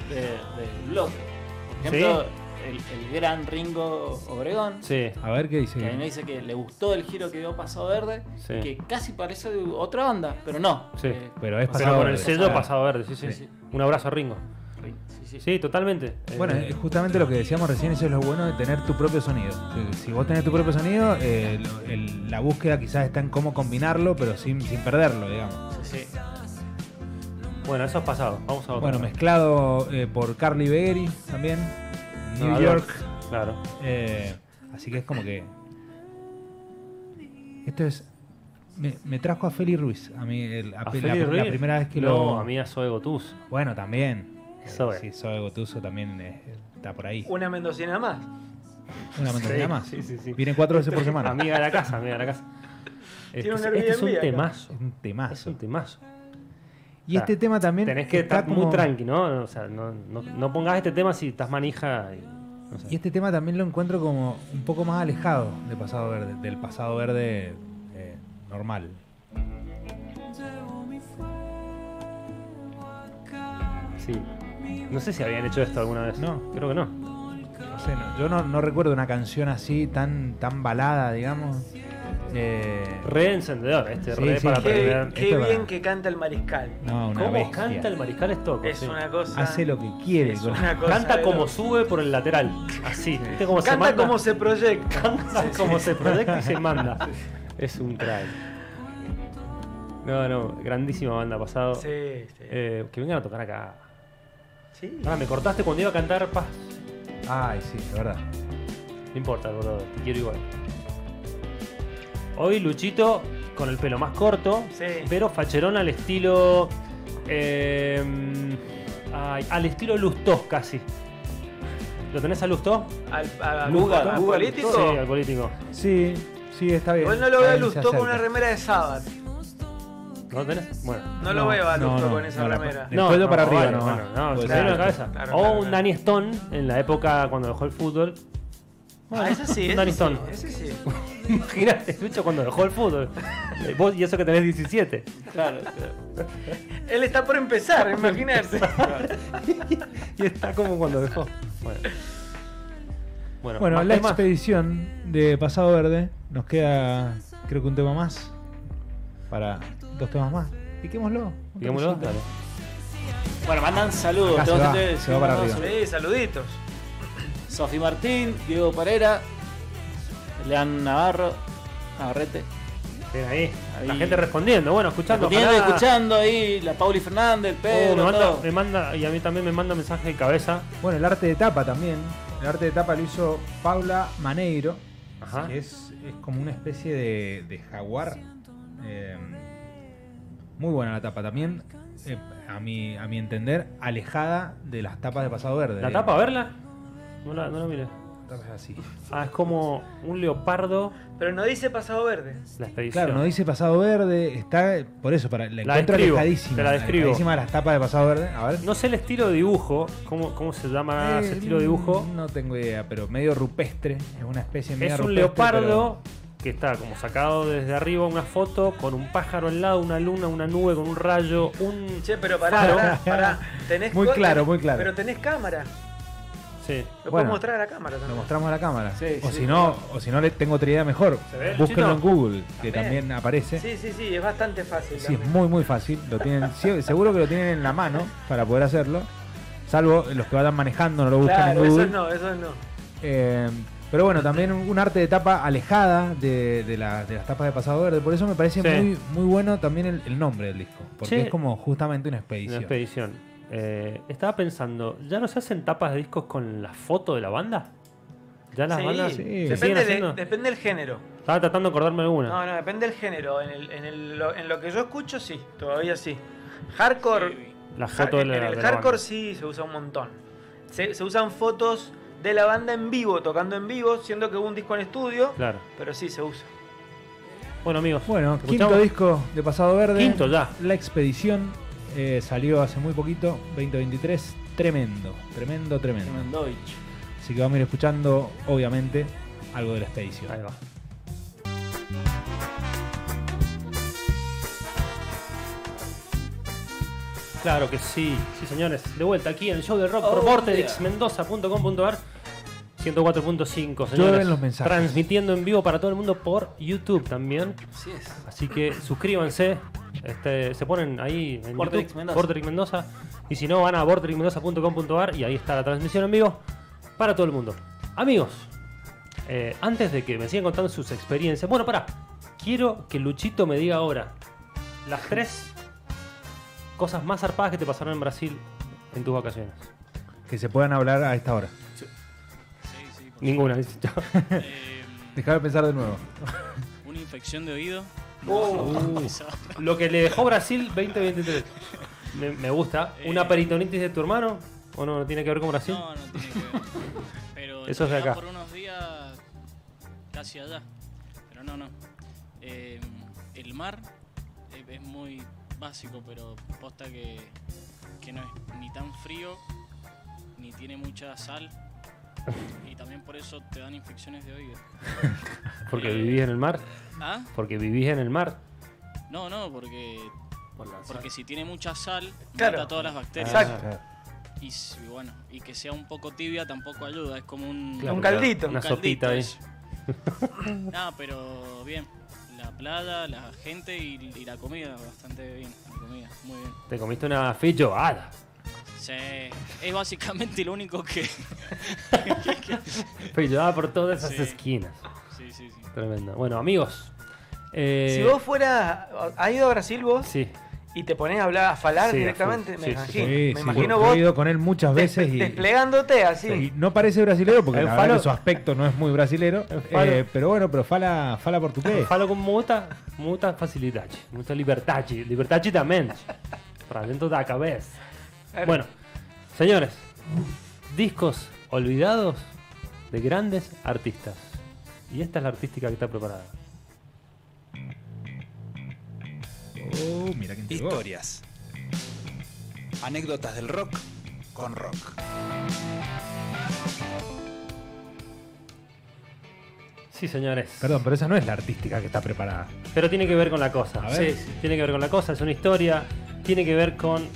de- del blog. Por ejemplo, el, el gran Ringo Obregón,
Sí.
A ver qué dice.
que a mí me dice que le gustó el giro que dio Pasado Verde,
Sí.
y que casi parece de otra banda, pero no.
Sí,
Eh,
Pero es
Pero
pasado.
con el
de-
sello pasado verde, sí, sí.
Sí.
Un abrazo a Ringo.
Ringo, sí, sí.
Sí, totalmente.
Bueno,
Eh,
es justamente lo que decíamos recién, eso es lo bueno de tener tu propio sonido. Eh, Si vos tenés tu propio sonido, eh, lo- el- la búsqueda quizás está en cómo combinarlo, pero sin, sin perderlo, digamos.
Sí, sí.
bueno, eso es pasado. Vamos a otro.
Bueno, mezclado eh, por Carly Begheri también, New
Nueva
York.
Claro.
eh, así que es como que... Esto es... Me, me trajo a Feli Ruiz, a mí el- a
¿A
pe- la,
Feli
la
Ruiz?
primera vez que
no,
lo...
a mí a Zoe Gotuz.
Bueno, también. Eh,
Zoe.
Sí, Zoe Gotuso también eh, está por ahí.
Una mendocina más.
Una mendocina más.
sí, sí, Este sí.
Vienen cuatro veces por semana.
Amiga de la casa, amiga de la casa. Este,
un
este es un
Airbnb
Es
acá.
temazo.
un
Es
temazo.
un temazo.
Y este
Está.
tema también.
Tenés que
está
estar muy
como-
tranqui, ¿no? O sea, no, no, no pongas este tema si estás manija. y- no sé.
Y este tema también lo encuentro como un poco más alejado de pasado verde, del pasado verde eh, normal.
Sí. No sé si habían hecho esto alguna vez.
No.
Creo que no.
No sé, no- yo no, no recuerdo una canción así, tan, tan balada, digamos. Eh,
Re encendedor, este,
Sí,
re
sí.
para
Qué,
aprender.
qué
Esto es
bien
para-
que canta el mariscal.
no, una
¿Cómo
bestia.
canta el mariscal Estoco?
Es
sí.
una cosa.
Hace lo que quiere.
es
con-
una cosa
Canta
de
como
loco.
sube por el lateral. Así. ¿Viste cómo se
Canta
manda?
como
[laughs]
se proyecta.
Canta como se proyecta y
[laughs]
se manda. Es un crack. No, no, grandísima banda pasado.
Sí, sí.
Eh, que vengan a tocar acá.
Sí.
Ah, me cortaste cuando iba a cantar Paz.
[laughs] Ay, sí, de verdad.
No importa, bro, te quiero igual. Hoy Luchito con el pelo más corto,
Sí.
pero facherón al estilo. eh, ay, al estilo Lustó casi. ¿Lo tenés a Lustó?
Al, a- a-
Lugar,
al
lugar,
político.
Sí, al político.
Sí, sí, está bien.
Igual no lo veo a
Ahí se
Lustó con
acerca.
una remera de Sabbath.
¿No lo tenés? Bueno.
No, lo veo a
no,
Lustó
no,
con esa
no la-
remera.
De cuello para arriba,
vale,
no,
bueno, no, se
puede ser.
me vino la cabeza.
Claro,
o
claro,
un
claro.
Danny Stone en la época cuando dejó el fútbol. [laughs]
Ah, ese sí,
Un Danny
ese sí.
Stone.
Ese sí.
Imagínate, Lucho cuando dejó el fútbol. Eh, Vos y eso que tenés 17.
Claro.
Él está
[laughs]
por empezar, imagínate.
Y está como cuando dejó. Bueno, bueno,
Bueno,
más
la
temas.
expedición de Pasado Verde nos queda, creo que un tema más. Para dos temas más. Piquémoslo. un
Digámoslo,
toquecito.
dale.
Bueno, mandan saludos.
Acá se
Tengo
va,
que-
se va para arriba.
Sí, saluditos.
Sofi Martín, Diego Parera, Lean Navarro, Navarrete.
Bien ahí. La
Ahí.
gente respondiendo. Bueno, escuchando.
Escuchando,
ojalá.
escuchando ahí la Pauli Fernández, Pedro,
Oh, me, manda,
todo.
me manda- y a mí también me manda mensaje de cabeza.
Bueno, el arte de tapa también. El arte de tapa lo hizo Paula Maneiro.
Ajá.
Que es, es como una especie de, de jaguar. Eh, muy buena la tapa también. eh, a, mi, a mi entender, alejada de las tapas de Pasado Verde.
¿La tapa, a verla? No la, no la miré.
Tapas así.
Ah, es como un leopardo.
Pero no dice pasado verde.
La expedición.
Claro, no dice pasado verde, está por eso, para, la,
La
encuentro
describo,
alejadísima.
te la describo.
alejadísima de las tapas de pasado verde. A ver.
No sé el estilo de dibujo. ¿Cómo, cómo Ah, se llama
Eh,
ese estilo de dibujo?
No tengo idea, pero medio rupestre. Es una especie medio
Es un leopardo que está como sacado desde arriba una foto con un pájaro al lado, una luna, una nube con un rayo, un.
Che, pero pará,
Claro.
pará, pará. Tenés
Muy
co-
claro, muy claro.
Pero tenés cámara.
Sí.
Bueno.
Lo puedes mostrar a la cámara
Lo
también.
mostramos a la cámara.
Sí,
o
sí.
si no, o si no le tengo otra idea mejor.
¿Se ve el
Búsquenlo en
chino?
Google, que
También.
también aparece. Sí,
Sí, sí, sí, es bastante fácil.
es
también.
muy muy fácil. Lo tienen, sí, seguro que lo tienen en la mano para poder hacerlo. Salvo los que vayan manejando, no lo buscan
Claro,
en Google.
esos no, esos no.
Eh, pero bueno, también un un arte de tapa alejada de, de la- de las tapas de Pasado Verde. Por eso me parece
Sí.
muy, muy bueno también el, el nombre del disco. Porque
Sí.
es como justamente una
Una
expedición.
expedición. Eh, estaba pensando, ¿ya no se hacen tapas de discos con la foto de la banda? ¿Ya las
Sí,
bandas
sí.
se siguen
Depende, de-
haciendo? Ah.
depende del género.
Estaba tratando de acordarme de una.
No, no, depende del género. En, el- en el- lo, en lo que yo escucho, sí, todavía sí. Hardcore.
la foto de la,
en el
de la
hardcore
banda.
sí se usa un montón. Se, se usan fotos de la banda en vivo, tocando en vivo, siendo que hubo un disco en estudio,
Claro.
pero sí se usa.
Bueno, amigos.
Bueno,
¿escuchamos?
quinto disco de Pasado Verde.
Quinto ya.
La expedición eh, salió hace muy poquito, 2023. Tremendo, tremendo, tremendo.
Deutsch.
Así que vamos a ir escuchando, obviamente, algo de la expedición.
Ahí va. Claro que sí, sí señores. De vuelta aquí en el show de rock por
Oh,
vortexmendoza.com.ar 104.5, señores.
Llueven los mensajes.
Transmitiendo en vivo para todo el mundo por YouTube también.
Así es.
Así que suscríbanse. Este, se ponen ahí en
Vorterix
YouTube,
Mendoza.
Vorterix Mendoza. Y si no, van a vorterixmendoza.com.ar y ahí está la transmisión en vivo para todo el mundo. Amigos, eh, antes de que me sigan contando sus experiencias. Bueno, pará. Quiero que Luchito me diga ahora las tres cosas más zarpadas que te pasaron en Brasil en tus vacaciones.
Que se puedan hablar a esta hora.
Sí, sí, por
Ninguna,
[laughs]
dice.
supuesto. Eh,
Dejame pensar de nuevo.
una infección de oído. Eso.
Lo que le dejó Brasil 2023. Me, me gusta. ¿Una
Eh.
peritonitis de tu hermano? ¿O no, no tiene que ver con Brasil?
No, no tiene que ver.
[laughs]
Pero
Eso es de
ya
acá.
por unos días casi allá. Pero no, no. Eh, el mar eh, es muy básico, pero posta que, que no es ni tan frío, ni tiene mucha
[laughs]
sal. Y también por eso te dan infecciones de oído.
Porque vivís en el mar.
¿Ah?
Porque vivís en el mar.
No, no, porque,
Ah,
Por la
porque si tiene mucha sal,
Claro.
mata todas las bacterias.
Exacto.
Y, s- y bueno, y que sea un poco tibia tampoco ayuda, es como un,
Claro,
un caldito.
Una
caldito
sopita ahí.
eso. [laughs] no, pero bien. La playa, la gente y, y la comida, bastante bien. La comida, muy bien.
Te comiste una feijoada.
Se- es básicamente lo único que.
Feijoada por todas esas
Sí.
esquinas.
[laughs] Sí, sí, sí.
Tremendo. Bueno, amigos. eh,
si vos fueras. ¿Has ido a Brasil vos?
Sí.
Y te pones a hablar, a falar
Sí, a
directamente,
full.
me
Sí, sí,
imagino.
sí.
me imagino
yo
vos
He ido con él muchas veces
despe-
y,
desplegándote
y
así.
no parece brasilero porque
El
la verdad
falo-
que su aspecto no es muy brasilero.
falo-
eh, pero bueno, pero fala, fala portugués.
Falo con mucha, mucha facilidad. Mucha libertad. Libertad también. Para dentro de la cabeza.
Eh,
[laughs] Bueno, señores. Discos olvidados de grandes artistas. Y esta es la artística que está preparada.
Oh, mira qué intrigó.
Historias. Anécdotas del rock con rock.
Sí, señores.
Perdón, pero esa no es la artística que está preparada.
Pero tiene que ver con la cosa.
A ver.
Sí, sí, tiene que ver con la cosa, es una historia. Tiene que ver con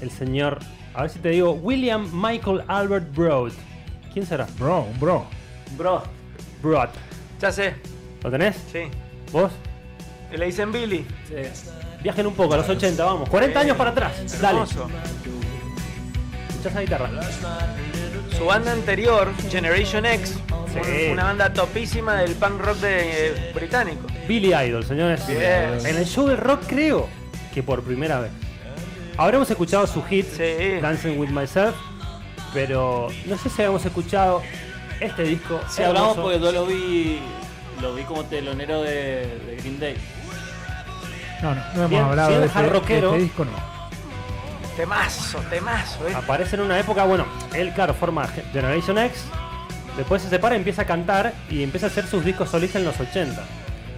el señor. A ver si te digo, William Michael Albert Broad. ¿Quién será?
Bro, un bro.
Bro,
Broad.
ya sé,
¿Lo tenés?
sí.
¿Vos?
Y Le dicen Billy.
Viajen un poco, a los 80, vamos. 40 años para atrás. Dale.
Hermoso.
Escuchá esa guitarra.
Su banda anterior, Generation X,
Sí.
una banda topísima del punk rock de, eh, británico.
Billy Idol, señores.
Bien.
En el show del rock creo que por primera vez. Habremos escuchado su hit,
Sí.
Dancing with Myself, pero no sé si habíamos escuchado este disco.
Sí, hablamos
hermoso.
porque yo lo vi, lo vi como telonero de, de Green Day.
No, no, no hemos
Bien,
hablado
bien
de este,
hard
de
rockero.
este disco, no.
Temazo, temazo, ¿eh?
Aparece en una época, bueno, él, claro, forma Ge- Generation X, después se separa, empieza a cantar y empieza a hacer sus discos solistas en los 80.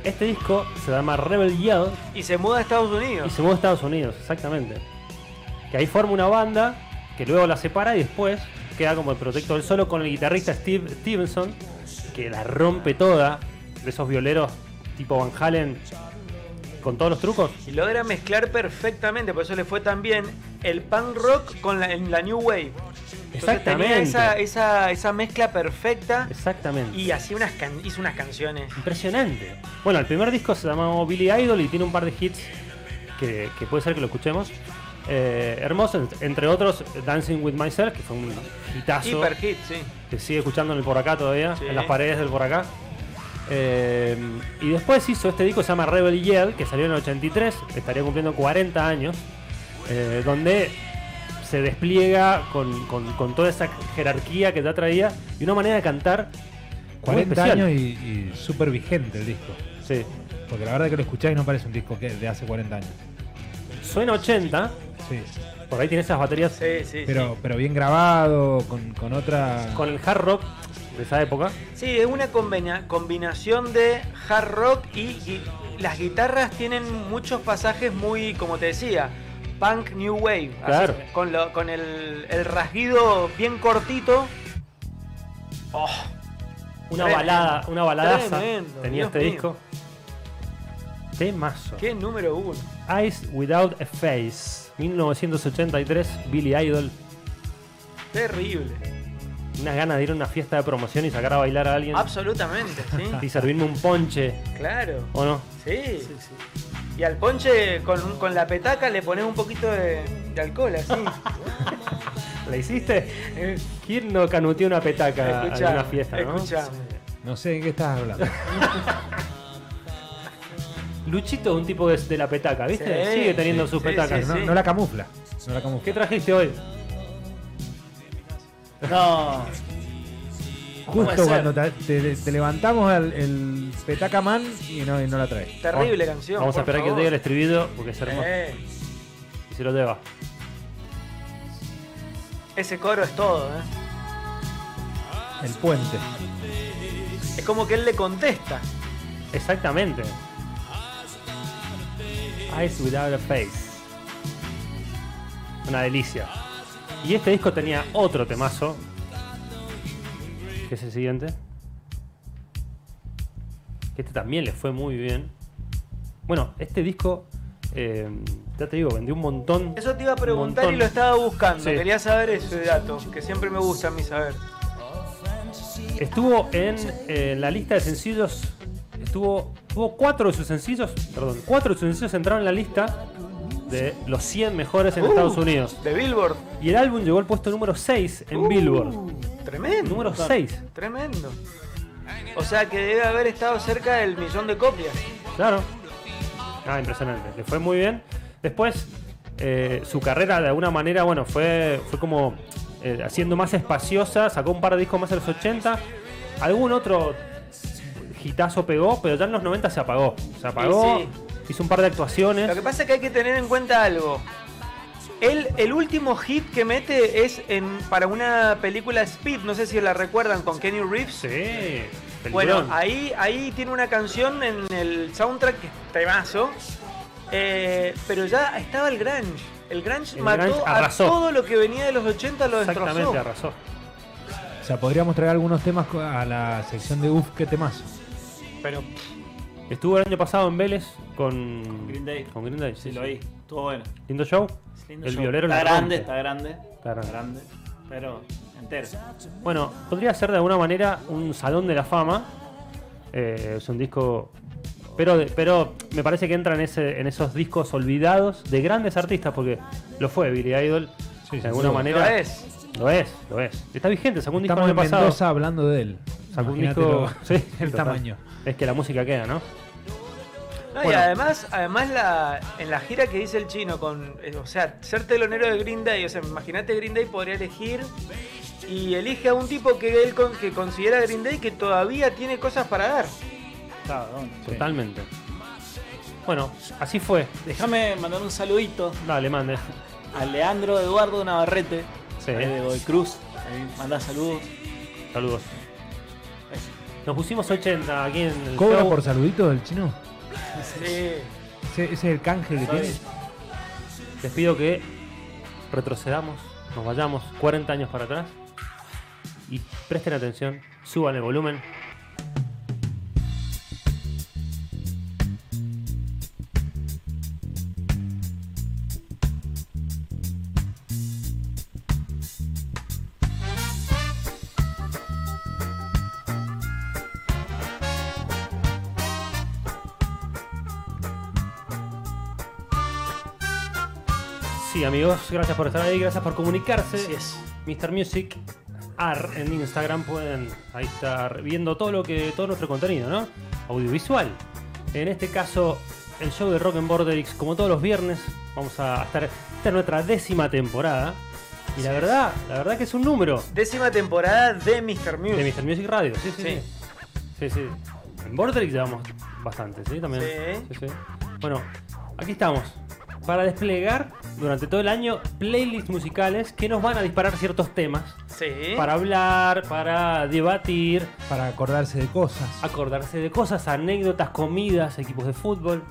Este disco se llama Rebel Yell
Y se muda a Estados
y
Unidos.
se mueve a Estados Unidos, exactamente. Que ahí forma una banda que luego la separa y después queda como el protector solo con el guitarrista Steve Stevenson, que la rompe toda, de esos violeros tipo Van Halen con todos los trucos.
Y logra mezclar perfectamente, por eso le fue tan bien el punk rock con la, en la new wave. Entonces tenía
Exactamente.
esa, esa, esa mezcla perfecta
Exactamente.
y hacía unas can- hizo unas canciones.
Impresionante. Bueno, el primer disco se llamó Billy Idol y tiene un par de hits que, que puede ser que lo escuchemos. eh, hermosos, entre otros Dancing with Myself, que fue un hitazo
Hiper hit, sí.
que sigue escuchando en el por acá todavía,
Sí.
en las paredes del por acá. Eh, y después hizo este disco que se llama Rebel Yell, que salió en el 83, estaría cumpliendo 40 años, eh, donde se despliega con, con- con toda esa jerarquía que ya traía y una manera de cantar. muy
40
especial.
años y, y súper vigente el disco.
Sí.
Porque la verdad que lo escucháis no parece un disco que de hace 40 años.
Suena 80,
Sí.
por ahí tiene esas baterías
Sí, sí,
Pero, pero bien grabado, con, con otra.
con el hard rock de esa época.
sí. Sí, es una combina- combinación de hard rock y, y las guitarras tienen muchos pasajes muy, como te decía, punk new wave. Así,
Claro.
con lo- con el, el rasguido bien cortito. Oh,
Una
Tremendo.
balada, una baladaza
Tremendo,
tenía
Dios
este
mío.
disco. Temazo.
qué número uno.
Eyes Without a Face, 1983, Billy Idol.
Terrible.
Unas ganas de ir a una fiesta de promoción y sacar a bailar a alguien
Absolutamente, sí.
[laughs] y servirme un ponche,
claro.
¿o no?
Sí. Y al ponche con, con la petaca le pones un poquito de, de alcohol
[laughs]
así.
¿La hiciste? Eh, ¿Quién no canuteó una petaca en una fiesta, no?
escuchame.
No sé en qué estás hablando.
Luchito es un tipo de, de la petaca, ¿viste?
Sí,
Sigue teniendo
sí,
sus
sí,
petacas.
sí,
No,
¿no?
no la camufla. No la camufla.
Eh, ¿Qué trajiste hoy?
No.
Justo
puede
cuando te, te- te levantamos al- el petaca man y no, y no la traes.
Terrible canción.
Vamos a
por
esperar que
favor.
llegue el estribillo porque es hermoso.
Eh,
Y se lo lleva.
ese coro es todo, ¿eh?
El puente.
Es como que él le contesta.
Exactamente. Eyes Without a Face. Una delicia. Y este disco tenía otro temazo. Que es el siguiente. Que este también le fue muy bien. Bueno, este disco, eh, ya te digo, vendió un montón.
Eso te iba a
un
preguntar y
montón.
lo estaba buscando.
Sí.
Quería saber ese dato, que siempre me gusta a mí saber.
Estuvo en eh, la lista de sencillos. Estuvo. Tuvo cuatro de sus sencillos. Perdón, cuatro de sus sencillos entraron en la lista de los 100 mejores en
Uh.
Estados Unidos.
De Billboard.
Y el álbum llegó al puesto número 6
Uh.
en Billboard.
Tremendo.
Número 6.
Tremendo. O sea que debe haber estado cerca del millón de copias.
Claro. Ah, impresionante. Le fue muy bien. Después, eh, su carrera de alguna manera, bueno, fue, fue como eh, haciendo más espaciosa. Sacó un par de discos más en los 80. Algún otro hitazo pegó, pero ya en los 90 se apagó. Se apagó.
sí.
Hizo un par de actuaciones.
Lo que pasa es que hay que tener en cuenta algo. El, el último hit que mete es en, para una película Speed, no sé si la recuerdan, con Kenny Reeves.
Sí.
Bueno,
peliculón.
ahí, ahí tiene una canción en el soundtrack que es temazo. eh, pero ya estaba el Grunge. El Grunge
El
mató
grunge
a
arrasó.
todo lo que venía de los 80, lo destrozó.
Exactamente, arrasó.
O sea, podríamos traer algunos temas co- a la sección de Uf, qué temazo.
Pero
Estuvo el año pasado en Vélez con, con
Green Day.
Con Green Day,
Sí,
sí,
lo
sí.
oí. Estuvo bueno.
Lindo show.
Es lindo
El
show.
violero
está
la
grande,
rompe.
está grande.
Está grande.
grande. Pero entero.
Bueno, podría ser de alguna manera un salón de la fama. Eh, es un disco. Pero, de- pero me parece que entra en, ese, en esos discos olvidados de grandes artistas, porque lo fue Billy Idol.
Sí,
de
sí,
alguna
sí.
pero
manera.
es.
Lo es, lo es. Está vigente, sacó un disco
Estamos
el
en
año pasado.
Mendoza hablando de él.
Sacó un
Imagínate
disco.
lo-
[laughs] sí,
[laughs] el
total.
tamaño.
Es que la música queda, ¿no?
No, y
Bueno.
además, además la, en la gira que dice el chino, con, eh, o sea, ser telonero de Green Day, o sea, imagínate Green Day podría elegir y elige a un tipo que él con- que considera Green Day que todavía tiene cosas para dar.
Está, bueno.
Totalmente. Bueno, así fue.
Déjame mandar un saludito
Dale, mande.
a Leandro Eduardo Navarrete.
Sí.
ahí De Godoy Cruz. Ahí manda saludos.
Saludos. Nos pusimos 80 aquí en el
¿Cobra
show.
por saluditos el chino?
Sí.
¿Ese, ese es el canje que tiene?
Les pido que retrocedamos, nos vayamos 40 años para atrás y presten atención, suban el volumen. sí, amigos, gracias por estar ahí, gracias por comunicarse.
Así es.
Mr. Music Ar en Instagram pueden ahí estar viendo todo lo que todo nuestro contenido, ¿no? Audiovisual. En este caso, el show de Rock and Borderix, como todos los viernes, vamos a estar. Esta es nuestra décima temporada. Y la verdad, la verdad que es un número
Décima temporada de Mr. Music.
de Mr. Music Radio. Sí, sí. Sí, sí.
Sí.
sí. En Borderix llevamos bastante, ¿sí? También.
Sí.
Sí, sí. Bueno, aquí estamos. Para desplegar durante todo el año playlists musicales que nos van a disparar ciertos temas
Sí.
¿Eh? para hablar, para debatir,
Para acordarse de cosas.
acordarse de cosas, anécdotas, comidas, equipos de fútbol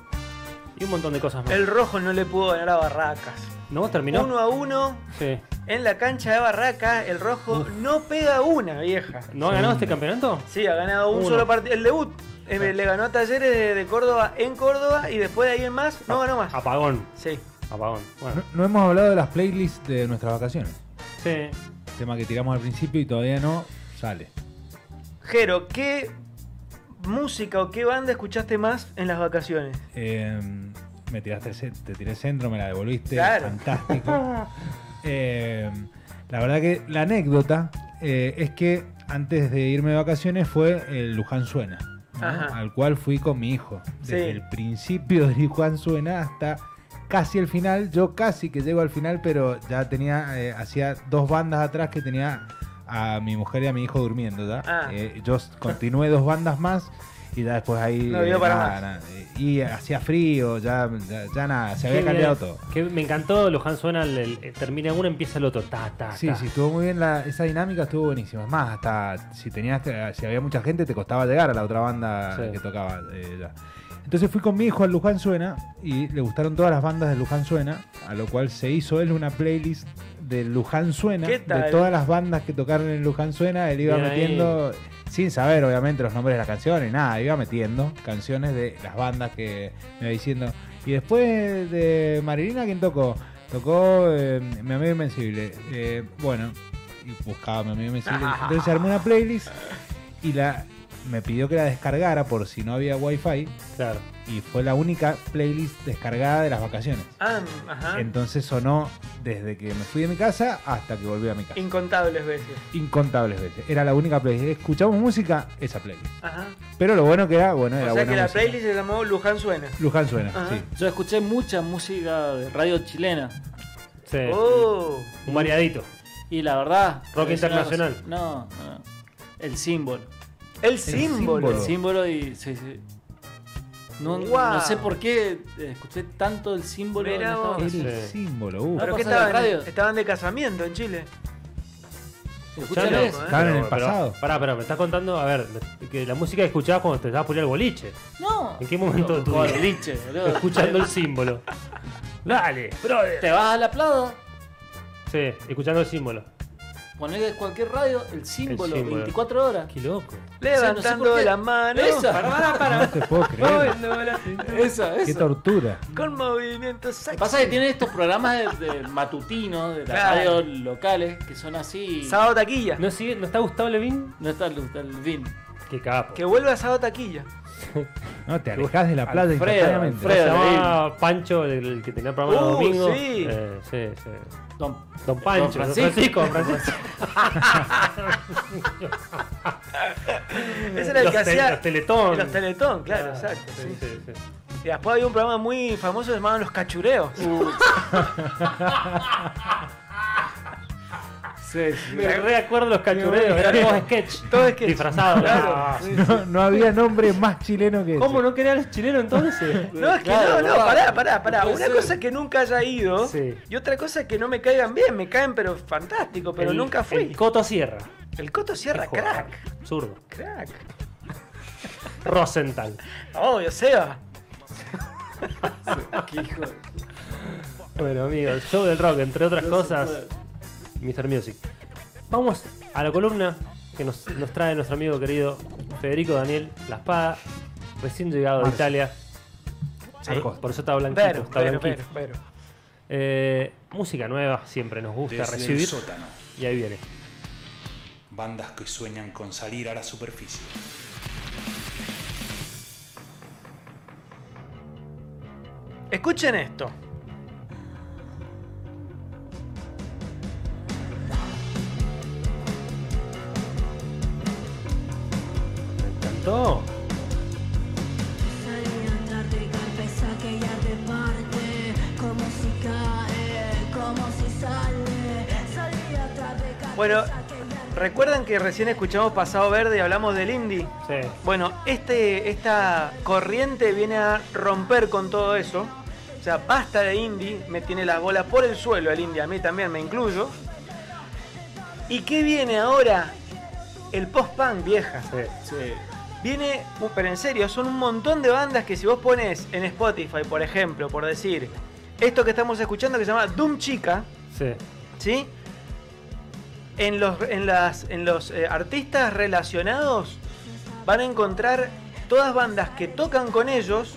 y un montón de cosas más.
El rojo no le pudo ganar a Barracas.
¿No? ¿Terminó?
Uno a uno
Sí.
en la cancha de Barracas. El rojo no pega una, vieja.
¿No ha ganado este campeonato?
Sí, ha ganado un
Uno.
solo partido. El debut. eh, le ganó a Talleres de, de Córdoba en Córdoba y después de ahí en más no ganó más.
Apagón.
Sí.
Apagón. Bueno,
No, no hemos hablado de las playlists de nuestras vacaciones.
sí.
Tema que tiramos al principio y todavía no sale.
Jero, ¿qué música o qué banda escuchaste más en las vacaciones?
Eh, me tiraste, el ce- te tiré el centro, me la devolviste.
Claro. [laughs]
Fantástico. Eh, la verdad que la anécdota eh, es que antes de irme de vacaciones fue el Luján Suena, ¿no?
Ajá.
al cual fui con mi hijo. Desde
Sí.
el principio de Luján Suena hasta casi el final. Yo casi que llego al final, pero ya tenía, eh, hacía dos bandas atrás que tenía a mi mujer y a mi hijo durmiendo. ¿ya?
Ah.
Eh, yo continué dos bandas más. Y ya después ahí
No dio
eh,
para
nada,
más.
nada. Y hacía frío, ya, ya, ya nada, se había
Qué
cambiado
bien.
todo.
Qué- me encantó, Luján suena, el, el- termina uno, empieza el otro. Ta, ta,
Ah,
Sí,
ta.
sí, estuvo muy bien, la, esa dinámica estuvo buenísima. Es más, hasta si tenías, si había mucha gente, te costaba llegar a la otra banda
Sí.
que tocaba eh, ya. Entonces fui con mi hijo al Luján Suena y le gustaron todas las bandas de Luján Suena, a lo cual se hizo él una playlist de Luján Suena,
¿Qué
de
tal?
todas las bandas que tocaron en Luján Suena, él iba
Bien ahí.
metiendo, sin saber obviamente los nombres de las canciones, nada, iba metiendo canciones de las bandas que me iba diciendo. Y después de Marilina, ¿quién tocó? Tocó eh, Mi Amigo Invencible. Eh, bueno, y buscaba Mi Amigo Invencible.
[laughs]
Entonces armé una playlist y la me pidió que la descargara por si no había wifi
Claro.
y fue la única playlist descargada de las vacaciones.
Ah, ajá.
Entonces sonó desde que me fui de mi casa hasta que volví a mi casa.
Incontables veces.
Incontables veces. Era la única playlist. Escuchamos música, esa playlist.
Ajá.
Pero lo bueno que era, bueno, era
o sea
buena
que la
música.
playlist se llamó Luján Suena.
Luján suena,
Ajá.
sí.
Yo escuché mucha música de radio chilena.
Sí.
Oh.
Un variadito.
Y la verdad.
Rock
es una-
internacional.
No, no. El símbolo.
El símbolo.
El símbolo y. sí, sí. No,
Guau.
no sé por qué escuché tanto el símbolo. en
Mirá
esta
vos.
El
vacación.
Sí.
símbolo, uh.
¿Pero qué
pasa en la
estaban?
radio.
Estaban de casamiento en Chile.
Escuchalo.
loco, ¿eh?
Estaban en el pasado.
pará, pará, me estás contando, a ver, que la música que escuchabas cuando te estabas poniendo el boliche.
No.
¿En qué momento de tu
Con
vida?
liche,
[laughs]
boludo.
Escuchando el símbolo. Dale, brother.
Te vas a la playa,
Sí, escuchando el símbolo.
ponés cualquier radio, el símbolo,
símbolo.
24 horas.
Qué loco.
Levantando
por qué.
la mano.
[laughs]
Esa.
Para, para,
No te puedo creer.
Moviendo la-
Esa,
Qué
esa.
tortura.
Con movimientos sexy.
Pasa que tiene estos programas de, de matutino, de las
Claro.
radios locales, que son así.
Sábado Taquilla.
¿No, sigue, ¿No está Gustavo Levin?
No está el, está el vin.
Qué capo.
Que vuelve a Sábado Taquilla.
No, te alejás de la playa
Alfredo,
instantáneamente.
Se
Alfredo.
llamaba Pancho, el, el que tenía el programa los
Uh,
domingos.
sí.
Eh, sí, sí.
Don,
Don Pancho, Don Francisco, Don Francisco.
Ese era el
Eh, los,
que
te-
hacía.
los teletón.
Los Teletón, claro,
Ah,
exacto.
sí,
sí.
sí, Uh, sí.
Y después había un programa muy famoso llamado Los Cachureos.
Sí, sí.
Me reacuerdo los cachureos, eran todos sketch.
Todo sketch.
Disfrazados.
Claro.
Ah,
No, no había nombre más chileno que ese.
¿Cómo no querían los chilenos entonces?
No, es que
Claro,
no, no,
claro.
pará, pará, pará.
No puede
Una
ser.
cosa es que nunca haya ido
Sí.
y otra cosa es que no me caigan bien. Me caen, pero fantástico, pero
El-
nunca fui.
El Coto Sierra.
El Coto Sierra,
Joder,
crack,
Zurdo.
crack.
Rosenthal.
Obvio, Seba.
Qué hijo de-
Bueno, amigos, show del rock, entre otras cosas, Mr. Music. Vamos a la columna que nos, nos trae nuestro amigo querido Federico Daniel La Espada, recién llegado de Italia.
Sí.
Por- Por eso está blanquito.
Pero,
está
pero,
blanquito.
pero, pero.
Eh, música nueva, siempre nos gusta
Desde el
recibir.
sótano.
Y ahí viene.
Bandas que sueñan con salir a la superficie.
Escuchen esto. Bueno, recuerdan que recién escuchamos Pasado Verde y hablamos del indie.
Sí.
Bueno, este, esta corriente viene a romper con todo eso. O sea, basta de indie, me tiene las bolas por el suelo el indie, a mí también me incluyo. ¿Y qué viene ahora? El post-punk vieja.
sí.
Sí.
Viene, uh, pero en serio, son un montón de bandas que si vos pones en Spotify, por ejemplo, por decir, esto que estamos escuchando que se llama Doom Chica,
Sí,
¿sí? En los, en las, en los eh, artistas relacionados van a encontrar todas bandas que tocan con ellos,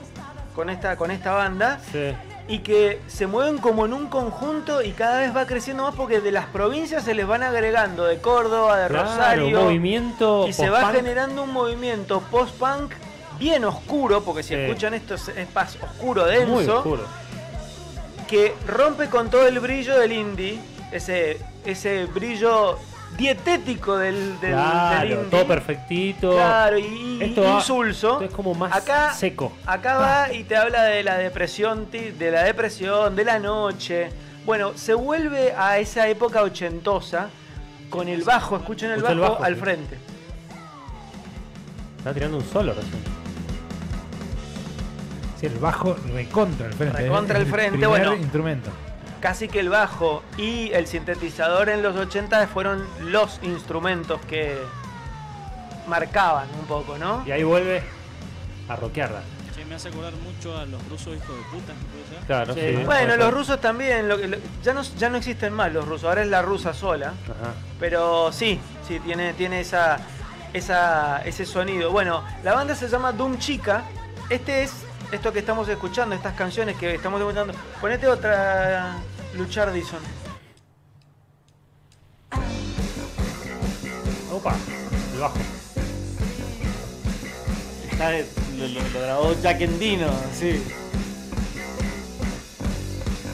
con esta, con esta banda,
sí.
y que se mueven como en un conjunto y cada vez va creciendo más porque de las provincias se les van agregando, de Córdoba, de
Claro,
Rosario,
movimiento.
y se va
post-punk.
generando un movimiento post-punk bien oscuro, porque si
Sí.
escuchan esto es, es más oscuro,
Muy
denso,
oscuro.
que rompe con todo el brillo del indie, ese, ese brillo dietético del, del,
claro,
del indie.
todo perfectito.
Claro, y, y
Esto va-
insulso.
Esto es como más
Acá-
seco.
Acá va y te habla de la depresión, ti- de la depresión, de la noche. Bueno, se vuelve a esa época ochentosa con el bajo, escuchen el
Escucha
bajo,
el bajo,
al
sí.
frente.
Está tirando un solo recién.
Sí, el bajo recontra el frente.
Recontra
es
el frente,
primer
bueno.
instrumento.
Casi que el bajo y el sintetizador en los 80 fueron los instrumentos que marcaban un poco, ¿no?
Y ahí vuelve a roquearla.
Che, me hace acordar mucho a los rusos hijos de puta, ¿puede ser?
Claro,
Sí.
sí.
Bueno, los rusos también, lo que- lo- ya, no, ya no existen más los rusos, ahora es la rusa sola,
Ajá.
pero sí, sí, tiene, tiene esa, esa, ese sonido. Bueno, la banda se llama Doom Chica, este es esto que estamos escuchando, estas canciones que estamos escuchando. Ponete otra, Luchar Dison.
Opa, el bajo.
Está- lo, lo- lo grabó Jack Endino, sí.